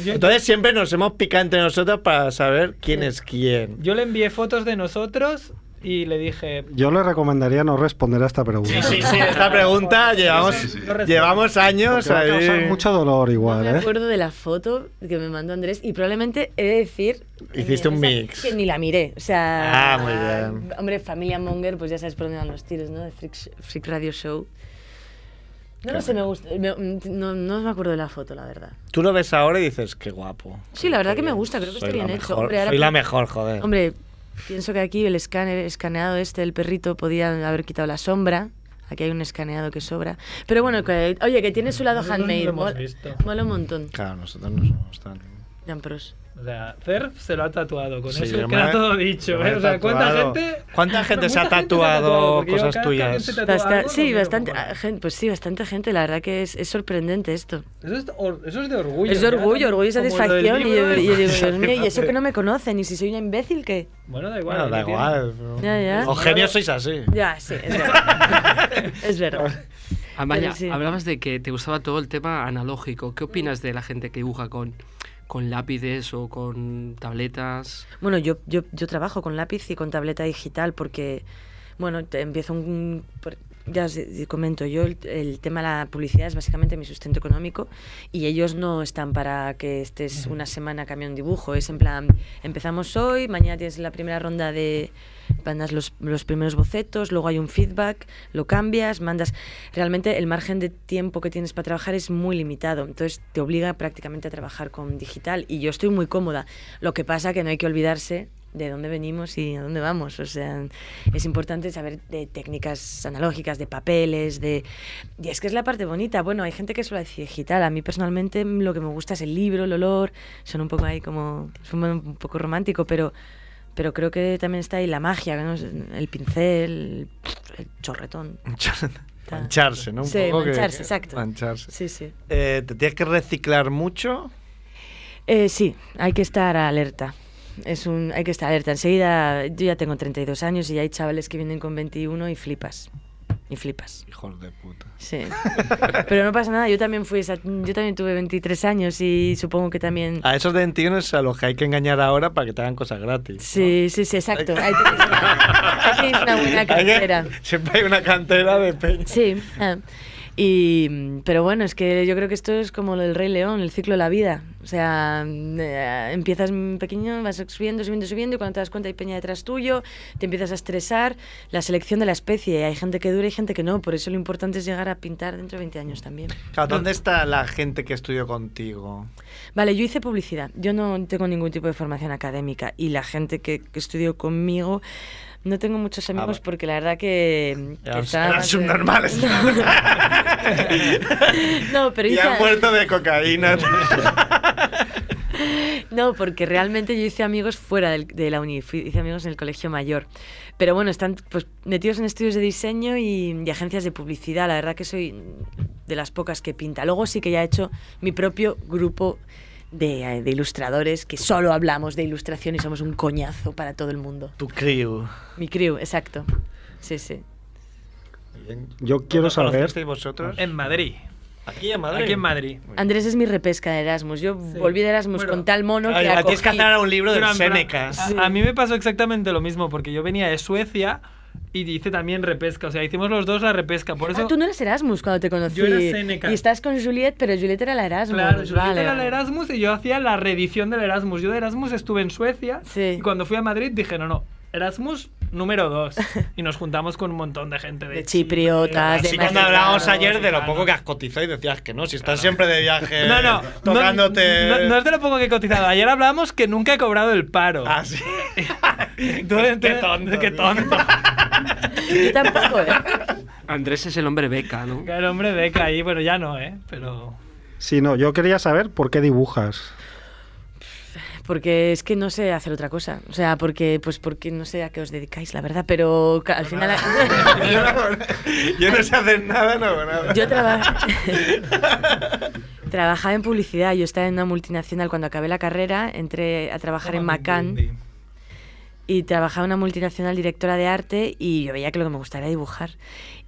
S2: Yo-
S1: Entonces siempre nos hemos picado entre nosotros para saber quién es quién.
S2: Yo le envié fotos de nosotros y le dije.
S3: Yo le recomendaría no responder a esta pregunta.
S1: Sí, sí, sí, esta pregunta llevamos, llevamos años
S3: Porque va a causar
S1: ahí.
S3: mucho dolor igual,
S10: Me
S3: ¿eh?
S10: acuerdo de la foto que me mandó Andrés y probablemente he de decir. eh,
S1: Hiciste un
S10: o sea,
S1: mix.
S10: Que ni la miré. O sea.
S1: Ah, muy bien.
S10: Hombre, familia Monger, pues ya sabes por dónde van los tiros, ¿no? De Freak, Sh- Freak Radio Show. No lo sé, me gusta. me- mm, no, no me acuerdo de la foto, la verdad.
S1: Tú lo ves ahora y dices, qué guapo.
S10: Sí, la verdad que me gusta, creo que está
S1: Soy la
S10: bien hecho.
S1: mejor-
S10: Hombre, ahora
S1: soy la
S10: pi-
S1: mejor, joder.
S10: Hombre, pienso que aquí el escáner, escaneado este del perrito podía haber quitado la sombra. Aquí hay un escaneado que sobra. Pero bueno, que- oye, que tiene su lado
S2: Nosotros no lo
S10: handmade.
S2: hemos
S10: mol-
S2: visto.
S10: mola un montón.
S1: Claro, nosotros no somos tan.
S10: Dan pros.
S2: O sea, Cerf se lo ha tatuado. Con
S1: Sí,
S2: eso
S1: yo
S2: queda
S1: me-
S2: todo
S1: yo
S2: dicho.
S1: me
S2: ¿eh?
S1: he
S2: O sea, ¿cuánta
S1: tatuado.
S2: gente.?
S1: ¿Cuánta gente se ha
S2: mucha
S1: tatuado
S2: porque yo
S1: cosas
S2: cada- cada
S1: tuyas?
S2: vez que se tatúa
S10: Basta-
S2: algo,
S10: sí,
S2: lo miro
S10: bastante,
S2: como,
S10: ah, gen- pues sí, bastante gente. La verdad que es, es sorprendente esto.
S2: Eso es, or- eso es de orgullo.
S10: es de
S2: ya,
S10: orgullo,
S2: ¿no?
S10: orgullo y
S2: Como lo del
S10: satisfacción. Y
S2: libro
S10: yo,
S2: de-
S10: y yo digo, Dios mío, y eso que no me conocen. Y si soy una imbécil, ¿qué?
S2: Bueno, da igual.
S1: Bueno, da
S2: ¿qué tiene?
S1: igual. pero-
S10: Ya, ya.
S1: Los genios sois así.
S10: Ya, sí, es verdad. es verdad.
S5: Amaya,
S10: Pero sí.
S5: hablabas de que te gustaba todo el tema analógico. ¿Qué opinas de la gente que dibuja con, con lápices o con tabletas?
S10: Bueno, yo, yo, yo trabajo con lápiz y con tableta digital porque, bueno, te empiezo un... por- Ya os di- comento, yo el, el tema de la publicidad es básicamente mi sustento económico y ellos no están para que estés una semana cambia un dibujo. Es en plan, empezamos hoy, mañana tienes la primera ronda de... Mandas los, los primeros bocetos, luego hay un feedback, lo cambias, mandas... Realmente el margen de tiempo que tienes para trabajar es muy limitado, entonces te obliga prácticamente a trabajar con digital y yo estoy muy cómoda. Lo que pasa que no hay que olvidarse de dónde venimos y a dónde vamos. O sea, es importante saber de técnicas analógicas, de papeles, de... Y es que es la parte bonita. Bueno, hay gente que solo hace digital. A mí personalmente mm, lo que me gusta es el libro, el olor. Son un poco ahí como... Es un, un poco romántico, pero... Pero creo que también está ahí la magia, ¿no? el pincel, el chorretón. Está-
S1: Mancharse, ¿no? Un
S10: Sí,
S1: poco que-
S10: mancharse, exacto.
S1: Mancharse.
S10: Sí, sí.
S1: Eh, te tienes que reciclar mucho.
S10: Eh, sí, hay que estar alerta. Es un, hay que estar alerta. Enseguida, yo ya tengo 32 años y ya hay chavales que vienen con 21 y flipas. Y flipas.
S1: Hijos de puta.
S10: Sí. Pero no pasa nada, yo también fui esa- yo también tuve 23 años y supongo que también
S1: A esos dentinos a los que hay que engañar ahora para que te hagan cosas gratis.
S10: Sí, sí, sí, exacto. Ahí tienes una, ahí tienes una buena
S1: Hay que-
S10: cartera.
S1: siempre hay una cantera de peña.
S10: Sí. ah. Y, mm, pero bueno, es que yo creo que esto es como lo del Rey León, el ciclo de la vida. O sea, mm, eh, empiezas mm, pequeño, vas subiendo, subiendo, subiendo, y cuando te das cuenta hay peña detrás tuyo, te empiezas a estresar. La selección de la especie, hay gente que dura y gente que no, por eso lo importante es llegar a pintar dentro de 20 años también.
S1: Claro, ¿Dónde está la gente que estudió contigo?
S10: Vale, yo hice publicidad. Yo no tengo ningún tipo de formación académica y la gente que, que estudió conmigo no tengo muchos amigos
S1: va-
S10: porque la verdad que, que
S1: Eran-
S10: estaba
S1: eran
S10: más-
S1: subnormales.
S10: No, pero
S1: y
S10: hice-
S1: han muerto de cocaína.
S10: No, porque realmente yo hice amigos fuera del- de la uni, fui- hice amigos en el colegio mayor. Pero bueno, están pues, metidos en estudios de diseño y, y agencias de publicidad. La verdad que soy de las pocas que pinta. Luego sí que ya he hecho mi propio grupo de, eh, de ilustradores que solo hablamos de ilustración y somos un coñazo para todo el mundo.
S1: tu crew.
S10: Mi crew, exacto. Sí, sí.
S3: Yo quiero saber.
S1: ¿Conocisteis vosotros?
S10: Eh,
S2: En Madrid.
S1: Aquí en Madrid.
S2: Aquí en Madrid.
S10: Andrés es mi repesca de Erasmus. Yo volví de Erasmus
S2: Bueno,
S10: con tal mono
S1: Ay,
S10: que
S1: la tienes que
S10: acogí.
S1: hacer ahora un libro de
S2: Pero en plan-
S1: Seneca.
S2: A, a mí me pasó exactamente lo mismo, porque yo venía de Suecia y hice también repesca. O sea, hicimos los dos la repesca. Por eso.
S10: Ah, tú no eras Erasmus cuando te conocí.
S2: Yo era Seneca.
S10: Y estás con Juliet, pero Juliet era la Erasmus.
S2: Claro, yo
S10: vale,
S2: era el
S10: vale.
S2: Erasmus y yo hacía la reedición del Erasmus. Yo de Erasmus estuve en Suecia
S10: Sí.
S2: y cuando fui a Madrid dije, no, no, Erasmus número 2. y nos juntamos con un montón de gente de,
S10: De chipriotas, de
S1: Así cuando
S10: Madrid,
S1: hablábamos
S10: claro,
S1: ayer de lo poco que has cotizado y decías que no, si estás siempre de viaje
S2: No, no, no,
S1: tocándote.
S2: No, no es de lo poco que he cotizado. Ayer hablamos que nunca he cobrado el paro.
S1: Ah, sí.
S2: Entonces,
S1: Qué tonto,
S2: Qué
S1: tío.
S2: tonto.
S10: Yo tampoco, ¿eh?
S5: Andrés es el hombre beca, ¿no?
S2: El hombre beca ahí, bueno, ya no, ¿eh? Pero...
S3: Sí, no, yo quería saber por qué dibujas.
S10: Porque es que no sé hacer otra cosa. O sea, porque, pues porque no sé a qué os dedicáis, la verdad, pero ca- al final.
S1: yo, no, yo no sé hacer nada, no, nada.
S10: Yo traba- trabajaba en publicidad, yo estaba en una multinacional. Cuando acabé la carrera, entré a trabajar en Macan Eh, y trabajaba en una multinacional directora de arte y yo veía que lo que me gustaría dibujar.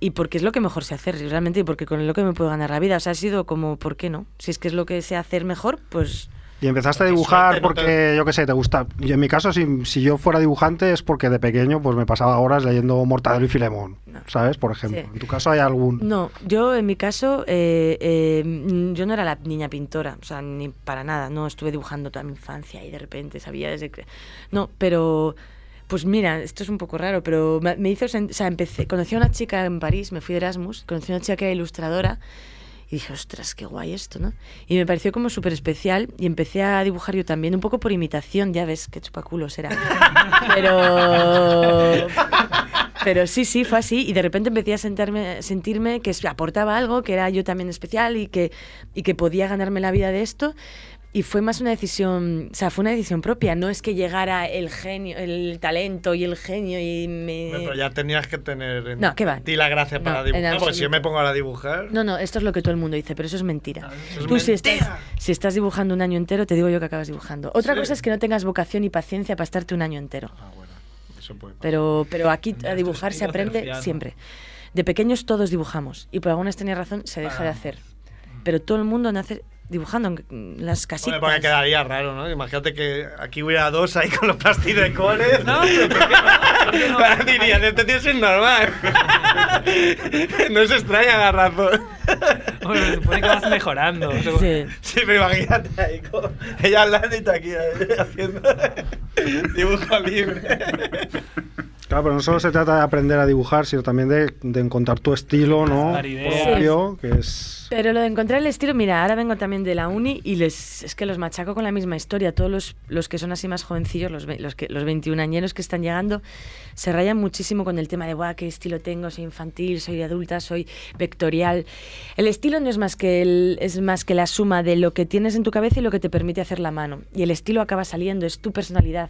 S10: Y porque es lo que mejor sé hacer, realmente, y porque con lo que me puedo ganar la vida. O sea, ha sido como, ¿por qué no? Si es que es lo que sé hacer mejor, pues
S3: Y empezaste a dibujar porque, yo qué sé, te gusta. Y en mi caso, si, si yo fuera dibujante es porque de pequeño pues me pasaba horas leyendo Mortadelo y Filemón, ¿sabes? Por ejemplo.
S10: Sí.
S3: En tu caso hay algún...
S10: No, yo en mi caso, eh, eh, mm, yo no era la niña pintora, o sea, ni para nada, no estuve dibujando toda mi infancia y de repente sabía desde que... No, pero, pues mira, esto es un poco raro, pero me, me hizo, sen- o sea, empecé, conocí a una chica en París, me fui de Erasmus, conocí a una chica que era ilustradora y dije, ostras, qué guay esto, ¿no? Y me pareció como súper especial y empecé a dibujar yo también, un poco por imitación, ya ves, qué chupaculos era. Pero... Pero sí, sí, fue así. Y de repente empecé a sentarme, sentirme que aportaba algo, que era yo también especial y que, y que podía ganarme la vida de esto. Y fue más una decisión, o sea, fue una decisión propia. No es que llegara el genio, el talento y el genio y me...
S1: Pero ya tenías que tener en
S10: No, ¿qué va?
S1: ti la gracia
S10: No,
S1: para
S10: en
S1: dibujar. Porque si yo
S10: absoluto.
S1: me pongo ahora a dibujar,
S10: No, no, esto es lo que todo el mundo dice, pero Ah, eso es mentira.
S1: es
S10: Tú si estás, si estás dibujando un año entero, te digo yo que acabas dibujando. Otra cosa es que no tengas vocación y paciencia para estarte un año entero.
S1: Ah, eso puede
S10: Pero, pero aquí a dibujar se aprende siempre. De pequeños todos dibujamos y por alguna extraña razón se deja de hacer. Pero todo el mundo nace dibujando en las
S1: Hombre,
S10: casitas.
S1: porque quedaría raro, ¿no? Imagínate que aquí hubiera dos ahí con los plastidecones. No, Dirían, este tío es un normal. no es extraña la razón.
S2: Bueno, se supone que vas mejorando.
S10: Sí.
S1: Sí, pero imagínate ahí con ella hablando y tú aquí eh, haciendo dibujo libre.
S3: Claro, pero no solo se trata de aprender a dibujar, sino también de, de encontrar tu estilo, ¿no?
S2: Dar ideas.
S3: Propio, que es...
S10: Pero lo de encontrar el estilo, mira, ahora vengo también de la uni y les es que los machaco con la misma historia. Todos los, los que son así más jovencillos, los, ve- los, que, los 21 añeros que están llegando, se rayan muchísimo con el tema de, guau, qué estilo tengo, soy infantil, soy adulta, soy vectorial. El estilo no es más, que el, es más que la suma de lo que tienes en tu cabeza y lo que te permite hacer la mano. Y el estilo acaba saliendo, es tu personalidad.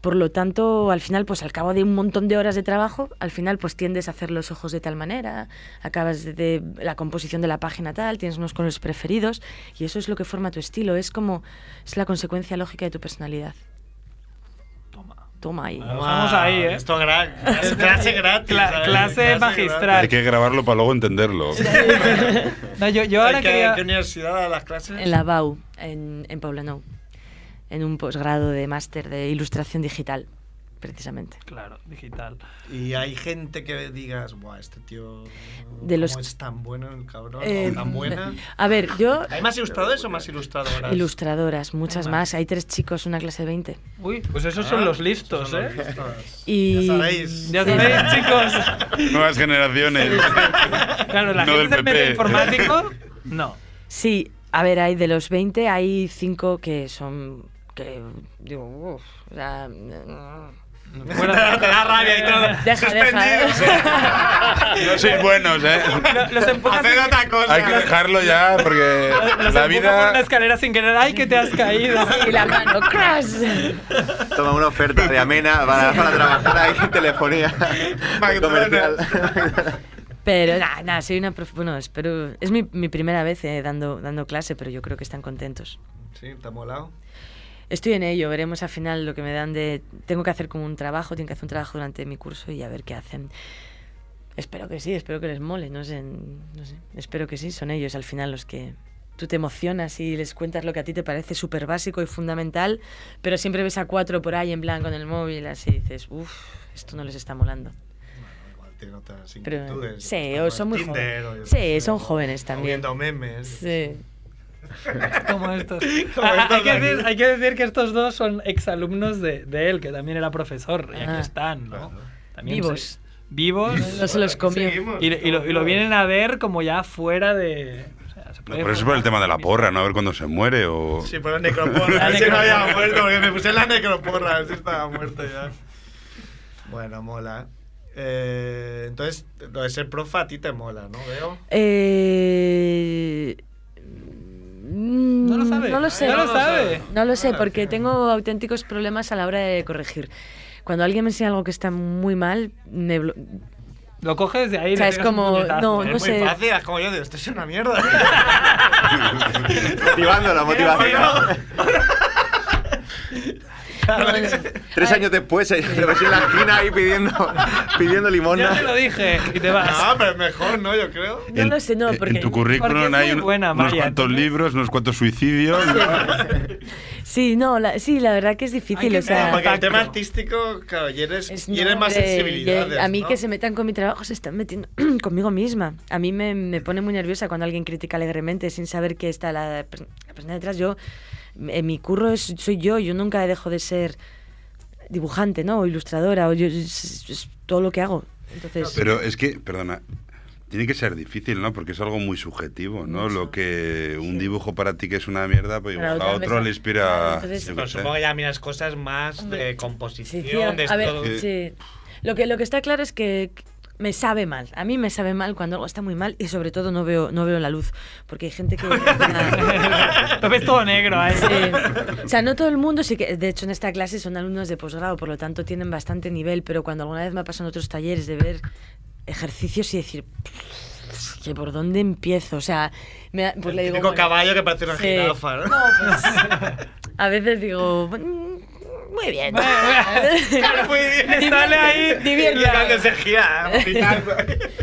S10: Por lo tanto, al final, pues al cabo de un montón de horas de trabajo, al final pues tiendes a hacer los ojos de tal manera, acabas de, de la composición de la página tal, tienes unos colores preferidos y eso es lo que forma tu estilo, es como es la consecuencia lógica de tu personalidad. Toma. Toma ahí.
S2: Vamos ahí, ¿eh?
S1: Esto gra- es clase gratis.
S2: Cla-
S1: ¿sabes?
S2: clase magistral.
S4: Hay que grabarlo para luego entenderlo.
S2: No, yo, yo
S1: gratis.
S2: ahora
S1: ¿En qué,
S2: quería...
S1: en qué universidad dan las clases?
S10: En la BAU, en, en Poblenou, en un posgrado de máster de ilustración digital, precisamente.
S2: Claro, digital.
S1: Y hay gente que digas, Buah, este tío
S10: De los-
S1: ¿cómo es tan bueno el cabrón,
S10: Eh,
S1: o tan buena.
S10: A ver, yo...
S1: ¿Hay más ilustradores o más ilustradoras?
S10: Ilustradoras, muchas más. Hay tres chicos, una clase de 20.
S2: Uy, pues esos son los listos,
S1: Ah, Son
S2: ¿eh?
S1: ilustradoras.
S10: Y...
S1: Ya sabéis.
S2: Ya sabéis, chicos.
S4: Nuevas generaciones.
S2: Claro, la
S4: No
S2: gente
S4: del
S2: del medio
S4: PP.
S2: informático, no.
S10: Sí, a ver, hay de los 20, hay 5 que son. que. digo, uff. O sea.
S1: Te da- te da rabia y todo.
S10: Deja, deja. ¿eh?
S4: No sois buenos, ¿eh?
S2: Lo- Los empujas,
S1: Haced otra cosa.
S4: Hay que dejarlo ya porque
S2: los
S4: la
S2: empujas por una
S4: vida...
S2: escalera sin querer. ¡Ay, que te has caído!
S10: Y la mano, crash.
S11: Toma una oferta de amena para, para trabajar ahí en telefonía comercial.
S10: Pero nada, nada, soy una prof. Bueno, espero. Es mi, mi primera vez eh, dando, dando clase, pero yo creo que están contentos.
S1: Sí, te ha molado.
S10: Estoy en ello, veremos al final lo que me dan de. Tengo que hacer como un trabajo, tengo que hacer un trabajo durante mi curso y a ver qué hacen. Espero que sí, espero que les mole, no sé, no sé. Espero que sí, son ellos al final los que. Tú te emocionas y les cuentas lo que a ti te parece súper básico y fundamental, pero siempre ves a cuatro por ahí en blanco en el móvil, así dices, uff, esto no les está molando.
S1: Igual tiene otras
S10: Pero,
S1: inquietudes.
S10: sí,
S1: Como
S10: o
S1: el
S10: son muy
S1: Tinder, o yo
S10: jóvenes.
S1: qué
S10: Sí,
S1: sé,
S10: son
S1: o-
S10: jóvenes
S1: o
S10: también.
S1: viendo memes.
S10: Sí.
S2: Como estos.
S1: Como
S2: Ah, ah,
S1: estos
S2: hay, que
S1: de
S2: decir,
S1: aquí.
S2: hay que decir que estos dos son exalumnos de, de él, que también era profesor. Y aquí
S10: Ah.
S2: están, ¿no? También
S10: Vivos.
S2: se- vivos.
S10: No se los comió.
S1: Seguimos.
S2: Y, y lo, y lo vienen a ver como ya fuera de. o sea, se puede
S4: Pero eso es por
S2: formar.
S4: el tema de la porra, ¿no? A ver cuándo se muere o...
S1: Sí, por la
S2: La
S1: necroporra. Ese no había
S2: necroporra.
S1: muerto, porque me puse en la necroporra. Ese estaba muerto ya. Bueno, mola. Eh, entonces, lo de ser profa a ti te mola, ¿no? Veo.
S10: Eh...
S2: No
S10: No
S2: lo sabe.
S10: No lo sé.
S2: No lo sabe.
S10: No lo sé, porque tengo auténticos problemas a la hora de corregir. Cuando alguien me enseña algo que está muy mal, me blo-
S2: Lo coges de ahí.
S10: O sea,
S2: le
S10: es
S2: pegas un
S10: como-
S2: puñetazo.
S10: no, Es no muy sé. fácil.
S1: Fácil, es como yo digo, esto es una mierda.
S11: Motivando la motivación. Tres años después, eh, lo ves en la esquina ahí pidiendo, pidiendo
S2: Ya te
S11: limosna.
S2: lo dije y te vas.
S1: Ah, pero mejor, ¿no? Yo creo.
S10: No lo sé, no, porque.
S4: En tu currículum
S10: porque es
S4: hay
S10: muy
S4: un-
S10: buena,
S4: unos
S10: María,
S4: cuantos libros, unos cuantos suicidios.
S10: Sí, no, la, sí, la verdad que es difícil. o sea,
S1: porque el tema artístico, claro, y eres, y eres más
S10: Hombre,
S1: sensibilidades.
S10: yo- a mí
S1: ¿no?
S10: que se metan con mi trabajo se están metiendo conmigo misma. A mí me, me pone muy nerviosa cuando alguien critica alegremente sin saber que está la, pers- la persona detrás. Yo, en mi curro es- soy yo, yo nunca dejo de ser dibujante, ¿no? O ilustradora, o yo, es, es todo lo que hago. Entonces,
S4: Pero es que, perdona, tiene que ser difícil, ¿no? Porque es algo muy subjetivo, ¿no? Lo que un dibujo para ti que es una mierda, pues
S10: Para
S4: igual a
S10: otra
S4: otro
S10: persona.
S4: le
S10: Claro,
S4: inspira.
S10: entonces-
S4: yo qué
S10: Pero
S4: sé.
S1: Supongo que ya miras cosas más de composición,
S10: Sí,
S1: de
S10: a ver,
S1: todo.
S10: sí. Lo que, lo que está claro es que me sabe mal. A mí me sabe mal cuando algo está muy mal y sobre todo no veo, no veo la luz. Porque hay gente que...
S2: Lo ves todo negro ahí.
S10: O sea, no todo el mundo, sí que, de hecho en esta clase son alumnos de posgrado, por lo tanto tienen bastante nivel, pero cuando alguna vez me ha pasado en otros talleres de ver ejercicios y decir, "Pff, que por dónde empiezo, o sea, me, ha- pues le digo...
S1: típico
S10: bueno,
S1: caballo que parece una
S10: sí.
S1: jirafa, ¿no?
S10: pues, a veces digo, "Mm, muy bien.
S1: Muy bien.
S2: Sale ahí.
S1: Y cuando se gira, pitando.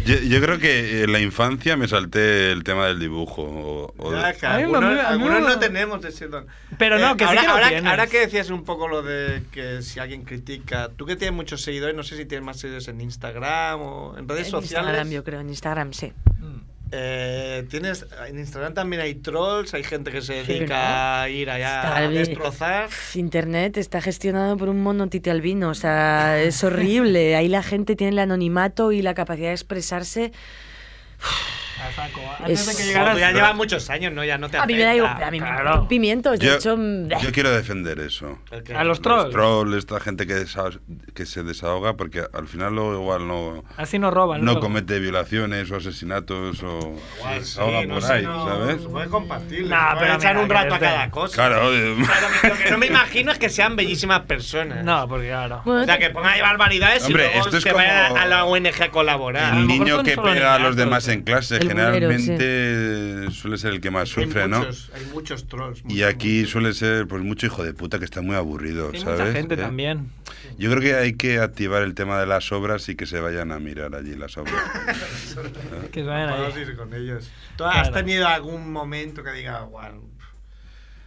S4: Yo, yo creo que en la infancia me salté el tema del dibujo. o- o-
S1: Ya, que
S2: A mí no-
S1: algunos,
S2: a mí no-
S1: algunos no tenemos ese don. Eh,
S2: Pero no, que sí
S1: ahora,
S2: que lo
S1: ahora,
S2: tienes.
S1: ahora que decías un poco lo de que si alguien critica, tú que tienes muchos seguidores, no sé si tienes más seguidores en Instagram o en redes
S10: En
S1: sociales.
S10: Instagram, yo creo, en Instagram, sí.
S1: Eh, tienes en Instagram también hay trolls, hay gente que se
S10: Sí,
S1: dedica
S10: ¿no?
S1: a ir allá
S10: Está
S1: a
S10: bien.
S1: destrozar.
S10: Internet está gestionado por un mono tite albino, o sea, es horrible. Ahí la gente tiene el anonimato y la capacidad de expresarse.
S2: A saco, Antes de
S10: Es-
S2: que llegaras.
S1: Claro, tú Pues ya llevas muchos años, ¿no? Ya no te
S10: A mí me da
S1: afecta,
S10: igual, a mí me
S1: claro.
S10: da igual pimientos, de
S4: Yo-
S10: hecho, mm,
S4: yo quiero defender eso.
S1: El que-
S2: A los
S4: Los
S2: trolls.
S4: trolls, esta gente que, desa- que se desahoga, porque al final luego igual no,
S2: Así nos roban.
S4: no
S2: luego.
S4: comete violaciones o asesinatos o se
S1: Guay, sí,
S4: desahoga
S1: no
S4: por
S1: sé,
S4: ahí,
S1: no,
S4: ¿sabes?
S1: se puede compartir,
S2: Nah,
S1: se puede
S2: pero
S1: echar
S2: mira,
S1: un
S2: que
S1: rato a
S2: desde-
S1: cada cosa.
S4: Claro, eh,
S1: Lo que no me imagino es que sean bellísimas personas.
S2: No, porque claro.
S10: bueno,
S1: O sea, que pongan ahí barbaridades
S4: Hombre,
S1: y luego
S4: esto es
S1: se vayan
S4: como-
S1: a la ONG Ah, a colaborar.
S4: el
S2: mejor
S4: niño
S2: son
S4: que
S2: solo
S4: pega a los
S2: niñazos,
S4: demás
S1: ¿eh?
S4: en clase
S10: El bulero,
S4: generalmente suele ser el que más sufre,
S1: hay
S4: ¿no?
S1: muchos, Hay muchos trolls.
S4: Y
S1: muchos,
S4: aquí
S1: muchos.
S4: suele ser pues mucho hijo de puta que está muy aburrido,
S2: Hay
S4: ¿sabes?
S2: mucha gente
S4: Eh,
S2: también.
S4: Yo creo que hay que activar el tema de las obras y que se vayan a mirar allí las obras.
S2: Que se vayan
S1: Podemos
S2: ahí.
S1: ir con ellos. ¿Tú
S2: Claro.
S1: has tenido algún momento que diga, guau,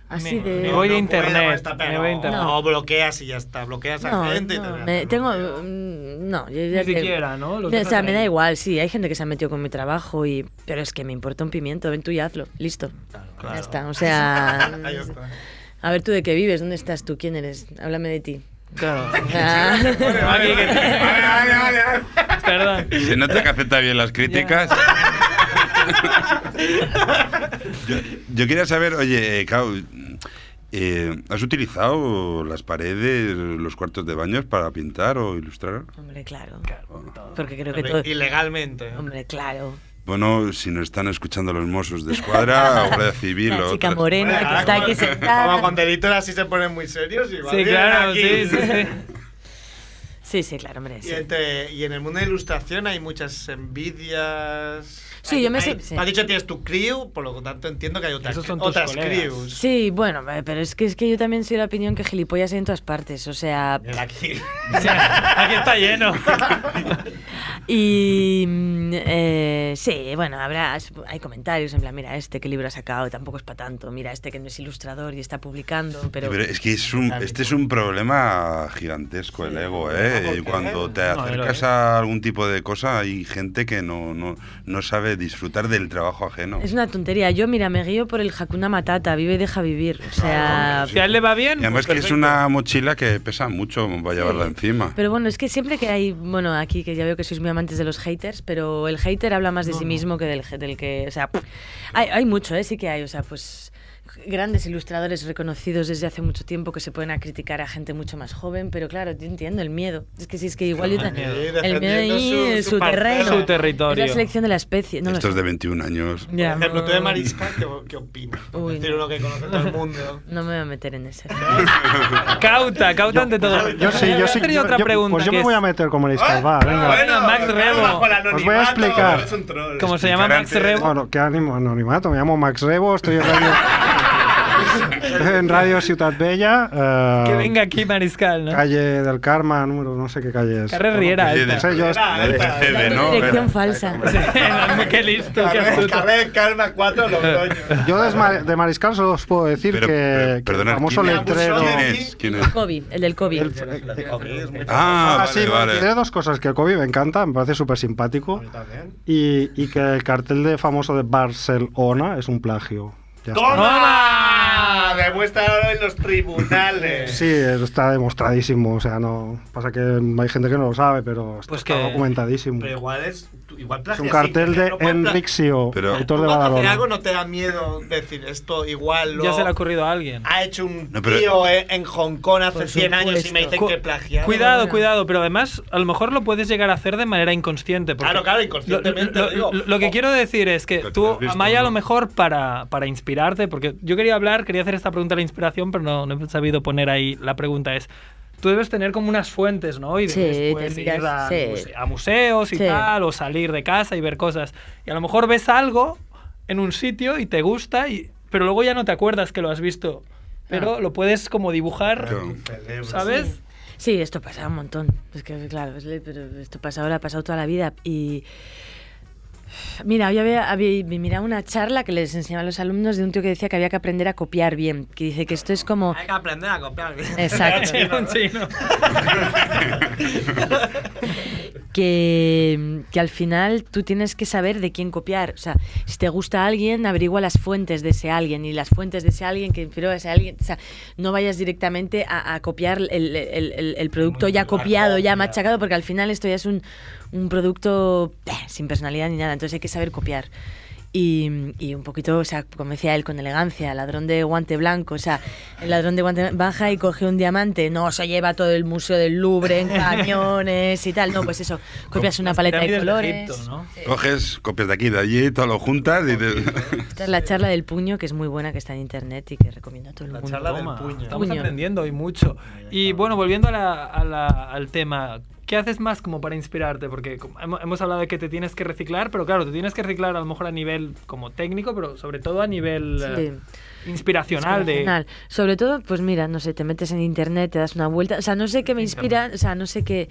S10: así
S2: me-
S10: Eh, de...
S2: me voy de
S1: puedo
S2: internet,
S1: con esta
S2: me
S1: pena"?
S2: voy de internet.
S1: No, bloqueas y ya está. Bloqueas
S10: No,
S1: a gente. y te
S10: no,
S1: veas
S10: me-
S1: tú,
S10: tengo...
S1: tío.
S10: mm, No, yo
S2: Ni
S10: ya que-
S2: siquiera, ¿no? Lo
S10: O sea,
S2: dejas
S10: me
S2: ahí.
S10: da igual, sí, hay gente que se ha metido con mi trabajo y... Pero es que me importa un pimiento, ven tú y hazlo, listo.
S1: Claro.
S10: Ya está, o sea...
S1: Ahí está.
S10: A ver tú de qué vives, dónde estás tú, quién eres, háblame de ti.
S2: Claro.
S10: Ah.
S2: Aquí que- Perdón.
S4: Se nota que acepta bien las críticas. yo, yo quería saber, oye, eh, Cau, eh, ¿has utilizado las paredes, los cuartos de baños para pintar o ilustrar?
S10: Hombre, claro. Porque creo que
S1: Hombre,
S10: todo...
S1: Ilegalmente.
S10: Hombre, claro.
S4: Bueno, si nos están escuchando los mozos de escuadra, Guardia Civil
S10: La
S4: o
S10: chica
S4: otras-
S10: morena que está aquí
S1: Como
S10: sentada.
S1: con delitos así se ponen muy serios. Igual
S2: Sí,
S1: vienen
S2: claro,
S1: aquí.
S2: sí, sí, sí.
S10: Sí, sí, claro, hombre.
S1: Y,
S10: sí.
S1: entre- y en el mundo de la ilustración hay muchas envidias.
S10: Sí,
S1: Hay-
S10: yo me
S1: hay-
S10: sé- sí.
S1: Has dicho tienes tu crew, por lo tanto entiendo que hay otras,
S2: Esos son tus
S1: otras
S2: colegas.
S1: crews.
S10: Sí, bueno, eh, pero es que, es que yo también soy de la opinión que gilipollas hay en todas partes, o sea...
S1: Mira Aquí.
S2: O sea, Aquí está lleno.
S10: Y... mm, eh, sí, bueno, habrá... Hay comentarios en plan, mira, este, qué libro ha sacado, tampoco es para tanto, mira, este que no es ilustrador y está publicando, pero...
S4: Pero es que es un, este es un problema gigantesco el ego,
S1: Ah,
S4: ¿eh?
S1: ¿por
S4: Y
S1: qué?
S4: Cuando te
S2: No, pero,
S4: acercas a algún tipo de cosa hay gente que no, no, no sabe disfrutar del trabajo ajeno.
S10: Es una tontería. Yo, mira, me guío por el Hakuna Matata, vive y deja vivir. O sea...
S2: Si a él le va bien.
S4: Y además
S2: pues
S4: que es
S2: perfecto.
S4: una mochila que pesa mucho, va a llevarla encima.
S10: Pero bueno, es que siempre que hay, bueno, aquí que ya veo que sois muy amantes de los haters, pero el hater habla más de sí mismo que del, ge- del que, o sea, hay, hay mucho, ¿eh? Sí que hay, o sea, pues grandes ilustradores reconocidos desde hace mucho tiempo que se pueden a criticar a gente mucho más joven, pero claro, yo entiendo el miedo. Es que sí, es que igual yo
S1: El
S10: también.
S1: miedo.
S10: El miedo
S1: Defendiendo
S10: ahí,
S1: su-
S10: su,
S1: su parcela.
S10: terreno.
S1: Su territorio.
S10: Es la selección de la especie. No lo
S4: Estos
S10: sé.
S4: de 21 años.
S10: Ya,
S1: Por ejemplo,
S10: no.
S1: tú de Mariscal, ¿qué, qué opinas?
S10: Uy,
S1: es decir,
S10: no.
S1: uno que conoce todo el mundo.
S10: No me voy a meter en ese.
S2: Cauta, cauta ante todo.
S3: Yo sí, yo sí.
S2: tenía
S3: yo-
S2: otra
S3: yo-
S2: pregunta.
S3: Pues yo me
S2: que
S3: voy
S2: es-
S3: a meter como Mariscal, va,
S1: Ah,
S3: venga.
S2: Bueno, Max Rebo.
S3: Os voy a explicar.
S2: Como se llama Max Rebo.
S3: Bueno, qué ánimo, anonimato. Me llamo Max Rebo, estoy en radio, estoy en radio Ciudad Bella. eh,
S2: Que venga aquí Mariscal, ¿no?
S3: Calle del Karma, número, no sé qué calle es.
S2: Carrer Riera
S3: Calle
S2: Alta.
S3: No sé, yo-
S10: Dirección falsa.
S2: qué listo, qué astuto.
S11: Calma 4
S3: Yo de, Esma- de Mariscal solo os puedo decir que, que
S4: Perdona,
S3: el eh, famoso
S4: ¿quién,
S3: letrero.
S4: ¿quién es? ¿Quién es?
S10: Kobe, el del Kobe.
S4: Ah,
S3: Ah,
S4: vale,
S3: sí,
S4: vale.
S3: tiene dos cosas que el Kobe me encanta, me parece súper simpático. Y, y que el cartel de famoso de Barcelona es un plagio. Ya está.
S12: Ah,
S11: ¡Toma! Demuéstralo en los tribunales.
S3: Sí, eso está demostradísimo, o sea, no pasa que hay gente que no lo sabe, pero está,
S11: que-
S3: documentadísimo.
S12: Pero igual es. tú- Igual ¿eh?
S3: Es un cartel de Enrixio, autor de
S12: hacer
S3: Badalona.
S12: algo no te da miedo decir esto igual lo
S2: Ya se le ha ocurrido a alguien.
S12: ha hecho un
S2: No, pero-
S12: tío eh, en Hong Kong hace
S2: Por
S12: 100 años y me
S2: supuesto.
S12: dicen
S2: Cu-
S12: que plagiaron.
S2: Cuidado, cuidado, pero además a lo mejor lo puedes llegar a hacer de manera inconsciente. porque
S12: Claro, claro, inconscientemente,
S2: Lo,
S12: lo digo.
S2: lo- lo que quiero decir es que tú,
S12: visto,
S2: Amaya, a lo mejor para, para inspirarte, porque yo quería hablar, quería hacer esta pregunta de la inspiración, pero no, no he sabido poner ahí la pregunta es... Tú debes tener como unas fuentes, ¿no? Y
S10: Sí,
S2: después
S10: te
S2: ir a,
S10: miras, sí.
S2: a museos y
S10: Sí.
S2: tal, o salir de casa y ver cosas. Y a lo mejor ves algo en un sitio y te gusta, y, pero luego ya no te acuerdas que lo has visto. Pero
S10: Ah.
S2: lo puedes como dibujar, ¿sabes?
S10: Sí. Sí, esto pasa un montón. Es que, claro, es le- pero esto pasa ahora, ha pasado toda la vida. Y. Mira, yo había, había mirado una charla que les enseñaba a los alumnos de un tío que decía que había que aprender a copiar bien. Que dice que esto es como.
S12: Hay que aprender a copiar.
S10: Exacto.
S2: Un chino.
S10: que, que al final tú tienes que saber de quién copiar. O sea, si te gusta alguien, averigua las fuentes de ese alguien y las fuentes de ese alguien que inspiró a ese alguien. O sea, no vayas directamente a, a copiar el, el- el- el producto ya copiado, ya machacado, porque al final esto ya es un, un producto bah, sin personalidad ni nada. Entonces hay que saber copiar. Y, y un poquito, o sea, como decía él, con elegancia, ladrón de guante blanco, o sea, el ladrón de guante blanco baja y coge un diamante, no, se lleva todo el Museo del Louvre en camiones y tal, no, pues eso, copias una paleta de
S2: pirámides de
S10: colores. Eh,
S2: Egipto, ¿no?
S4: Coges copias de aquí, de allí, todo lo juntas y te-
S10: Esta es la charla del puño, que es muy buena, que está en internet y que recomiendo a todo el mundo.
S2: Toma, Estamos
S10: Puño.
S2: aprendiendo hoy mucho. Y bueno, volviendo a la- a la- al tema, ¿qué haces más como para inspirarte? Porque como hemo- hemos hablado de que te tienes que reciclar, pero claro, te tienes que reciclar a lo mejor a nivel como técnico, pero sobre todo a nivel eh, inspiracional.
S10: Inspiracional. Sobre todo, pues mira, no sé, te metes en internet, te das una vuelta. O sea, no sé qué me inspira, o sea, no sé qué.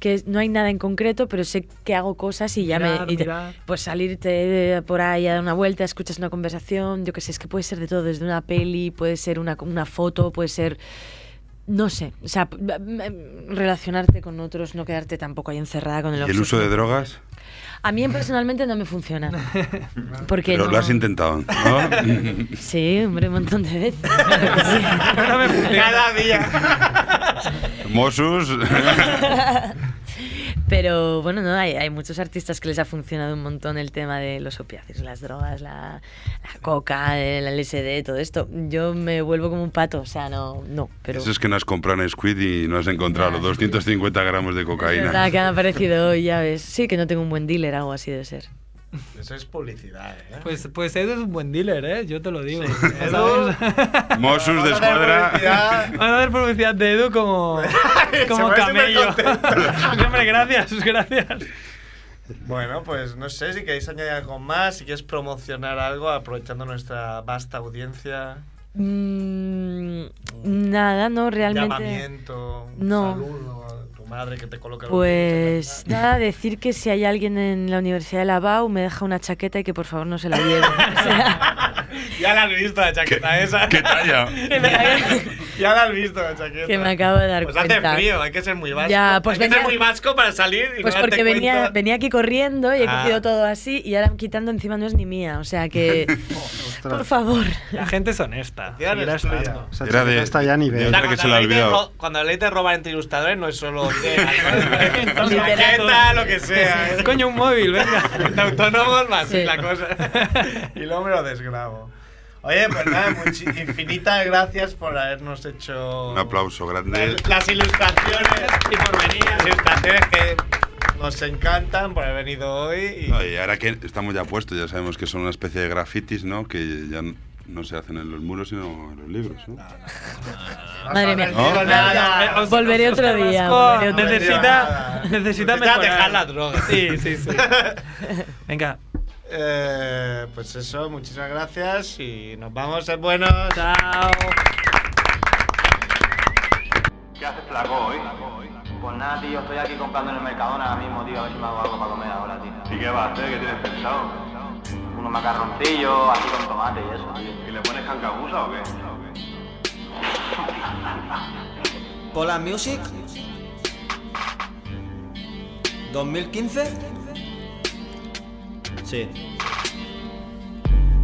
S10: Que no hay nada en concreto, pero sé que hago cosas y ya
S2: Mirar,
S10: me. y te-
S2: mirar.
S10: pues salirte por ahí a dar una vuelta, escuchas una conversación, yo qué sé, es que puede ser de todo, desde una peli, puede ser una, una foto, puede ser. No sé, o sea, p- m- relacionarte con otros, no quedarte tampoco ahí encerrada con el
S4: ¿Y el uso de
S10: obsesivo.
S4: drogas?
S10: A mí personalmente no me funciona. Porque
S4: Pero
S10: no-
S4: lo has intentado, ¿no?
S10: Sí, hombre, un montón de veces.
S12: Cada día.
S4: Mosus.
S10: Pero bueno, no, hay, hay muchos artistas que les ha funcionado un montón el tema de los opiáceos, las drogas, la, la coca, el LSD, todo esto. Yo me vuelvo como un pato, o sea, no, no. Pero
S4: Eso es que no has comprado en Squid y no has encontrado los 250 gramos de
S10: es verdad
S4: cocaína.
S10: que han aparecido hoy, ya ves. Sí, que no tengo un buen dealer, algo así de ser.
S12: Eso es publicidad, ¿eh?
S2: Pues, pues Edu es un buen dealer, ¿eh? Yo te lo digo. Ya
S12: Edu-
S2: sabes.
S4: Mosus de Escuadra.
S2: Van a dar publicidad de Edu como, como
S12: pone
S2: camello. Hombre, gracias, gracias.
S12: Bueno, pues no sé si queréis añadir algo más, si quieres promocionar algo, aprovechando nuestra vasta audiencia.
S10: Mm, nada, no, realmente.
S12: Llamamiento, un
S10: No.
S12: saludo a tu madre que te coloca.
S10: Pues nada, decir que si hay alguien en la Universidad de la BAU me deja una chaqueta y que por favor no se la lleve. O sea,
S12: Ya la has visto la chaqueta esa.
S4: ¿Qué talla?
S12: ya la has visto la chaqueta.
S10: Que me acabo de dar
S12: pues
S10: cuenta.
S12: hace frío, hay que ser muy vasco.
S10: Ya, pues
S12: hay que
S10: venía-
S12: ser muy vasco para salir y
S10: Pues
S12: no darte
S10: porque venía,
S12: cuenta.
S10: venía aquí corriendo y he
S12: Ah.
S10: cogido todo así y ahora quitando encima no es ni mía. O sea que, por favor.
S2: La gente es honesta.
S12: Tía, no
S2: seguirá
S12: es tuya.
S2: estando.
S4: Era de,
S3: Está ya a nivel.
S4: de
S12: O sea,
S4: otra que
S12: cuando
S4: se la ha
S12: la ley de
S4: olvidado.
S12: ro- Cuando la ley de robar entre ilustradores no es solo de algo, es
S2: Literatos.
S12: chaqueta, lo que sea. ¿eh?
S2: Coño, un móvil, venga.
S12: De autónomos más
S2: Sí.
S12: la cosa. Y luego me lo desgrabo. Oye, pues nada, muchi- infinitas gracias por habernos hecho
S4: Un aplauso grande.
S12: las ilustraciones y por venir. Las ilustraciones que nos encantan por haber venido hoy. y-
S4: No, y ahora que estamos ya puestos, ya sabemos que son una especie de grafitis, ¿no? Que ya n- no se hacen en los muros, sino en los libros, ¿no?
S10: Madre mía.
S4: No.
S12: Nada.
S10: Volveré otro día.
S2: Vasco
S10: volveré otro día.
S2: necesita, necesita mejorar.
S12: dejar la droga.
S2: Sí, sí, sí. Venga.
S12: Eh, pues eso, muchísimas gracias y nos vamos, es buenos.
S2: Chao.
S13: ¿Qué haces flaco hoy? Pues nada, tío, estoy aquí comprando en el Mercadona ahora mismo, tío, a ver si me hago algo para comer ahora, tío. ¿Y qué vas a hacer? ¿Qué tienes pensado? Unos macarroncillos, así con tomate y eso, tío. ¿Y le pones cancabusa o qué?
S14: Pola Music 2015 Sí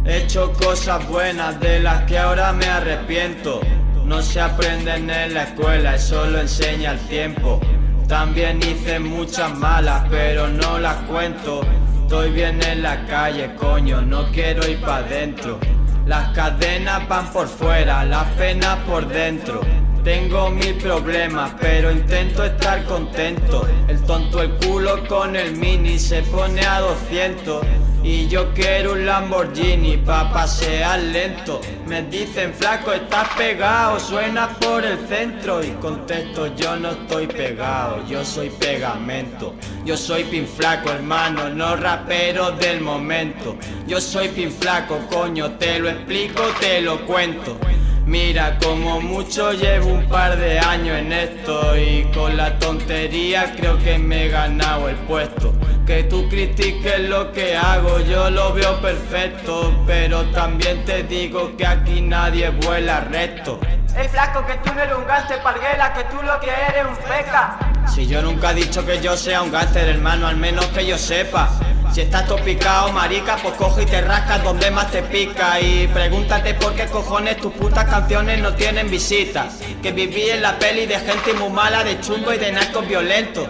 S14: He hecho cosas buenas de las que ahora me arrepiento No se aprenden en la escuela, eso lo enseña el tiempo También hice muchas malas, pero no las cuento Estoy bien en la calle, coño, no quiero ir pa' dentro Las cadenas van por fuera, las penas por dentro tengo mis problemas, pero intento estar contento. El tonto el culo con el mini se pone a 200. Y yo quiero un Lamborghini pa' pasear lento. Me dicen flaco, estás pegado, suena por el centro. Y contesto, yo no estoy pegado, yo soy pegamento. Yo soy pin flaco, hermano, no rapero del momento. Yo soy pin flaco, coño, te lo explico, te lo cuento. Mira, como mucho llevo un par de años en esto y con la tontería creo que me he ganado el puesto. Que tú critiques lo que hago, yo lo veo perfecto, pero también te digo que aquí nadie vuela recto.
S13: Ey, flaco, que tú no eres un gaste parguela, que tú lo que eres un feca.
S14: Si yo nunca he dicho que yo sea un gánster, hermano, al menos que yo sepa. Si estás topicado, marica, pues coge y te rascas donde más te pica. Y pregúntate por qué cojones tus putas canciones no tienen visitas. Que viví en la peli de gente muy mala, de chungo y de narcos violentos.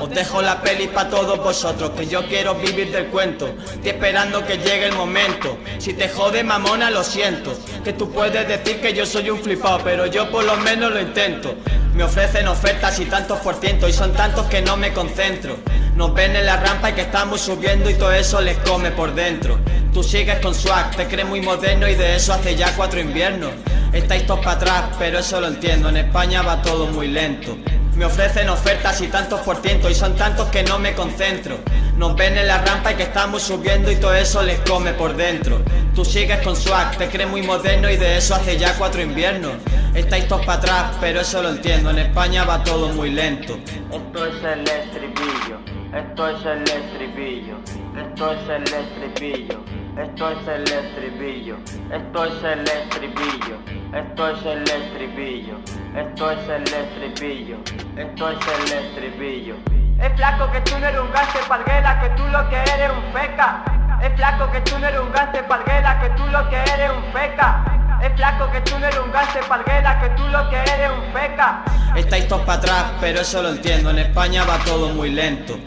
S14: Os dejo la peli pa' todos vosotros, que yo quiero vivir del cuento. Estoy esperando que llegue el momento. Si te jode mamona, lo siento. Que tú puedes decir que yo soy un flipado, pero yo por lo menos lo intento. Me ofrecen ofertas y tantos por ciento, y son tantos que no me concentro. Nos ven en la rampa y que estamos subiendo y todo eso les come por dentro. Tú sigues con swag, te crees muy moderno y de eso hace ya cuatro inviernos. Estáis todos para atrás, pero eso lo entiendo, en España va todo muy lento. Me ofrecen ofertas y tantos por ciento y son tantos que no me concentro. Nos ven en la rampa y que estamos subiendo y todo eso les come por dentro. Tú sigues con swag, te crees muy moderno y de eso hace ya cuatro inviernos. Estáis todos para atrás, pero eso lo entiendo, en España va todo muy lento.
S13: Esto es el estribillo, esto es el estribillo, esto es el estribillo, esto es el estribillo, esto es el estribillo, esto es el estribillo, esto es el estribillo, esto es el estribillo. Es flaco que tú no eres un gaste palguera, que tú lo que eres un feca. Es flaco que tú no eres un gaste palguera, que tú lo que eres un feca. Es flaco que tú no eres un gaste palguera, que tú lo que eres un feca.
S14: Estáis todos para atrás, pero eso lo entiendo, en España va todo muy lento.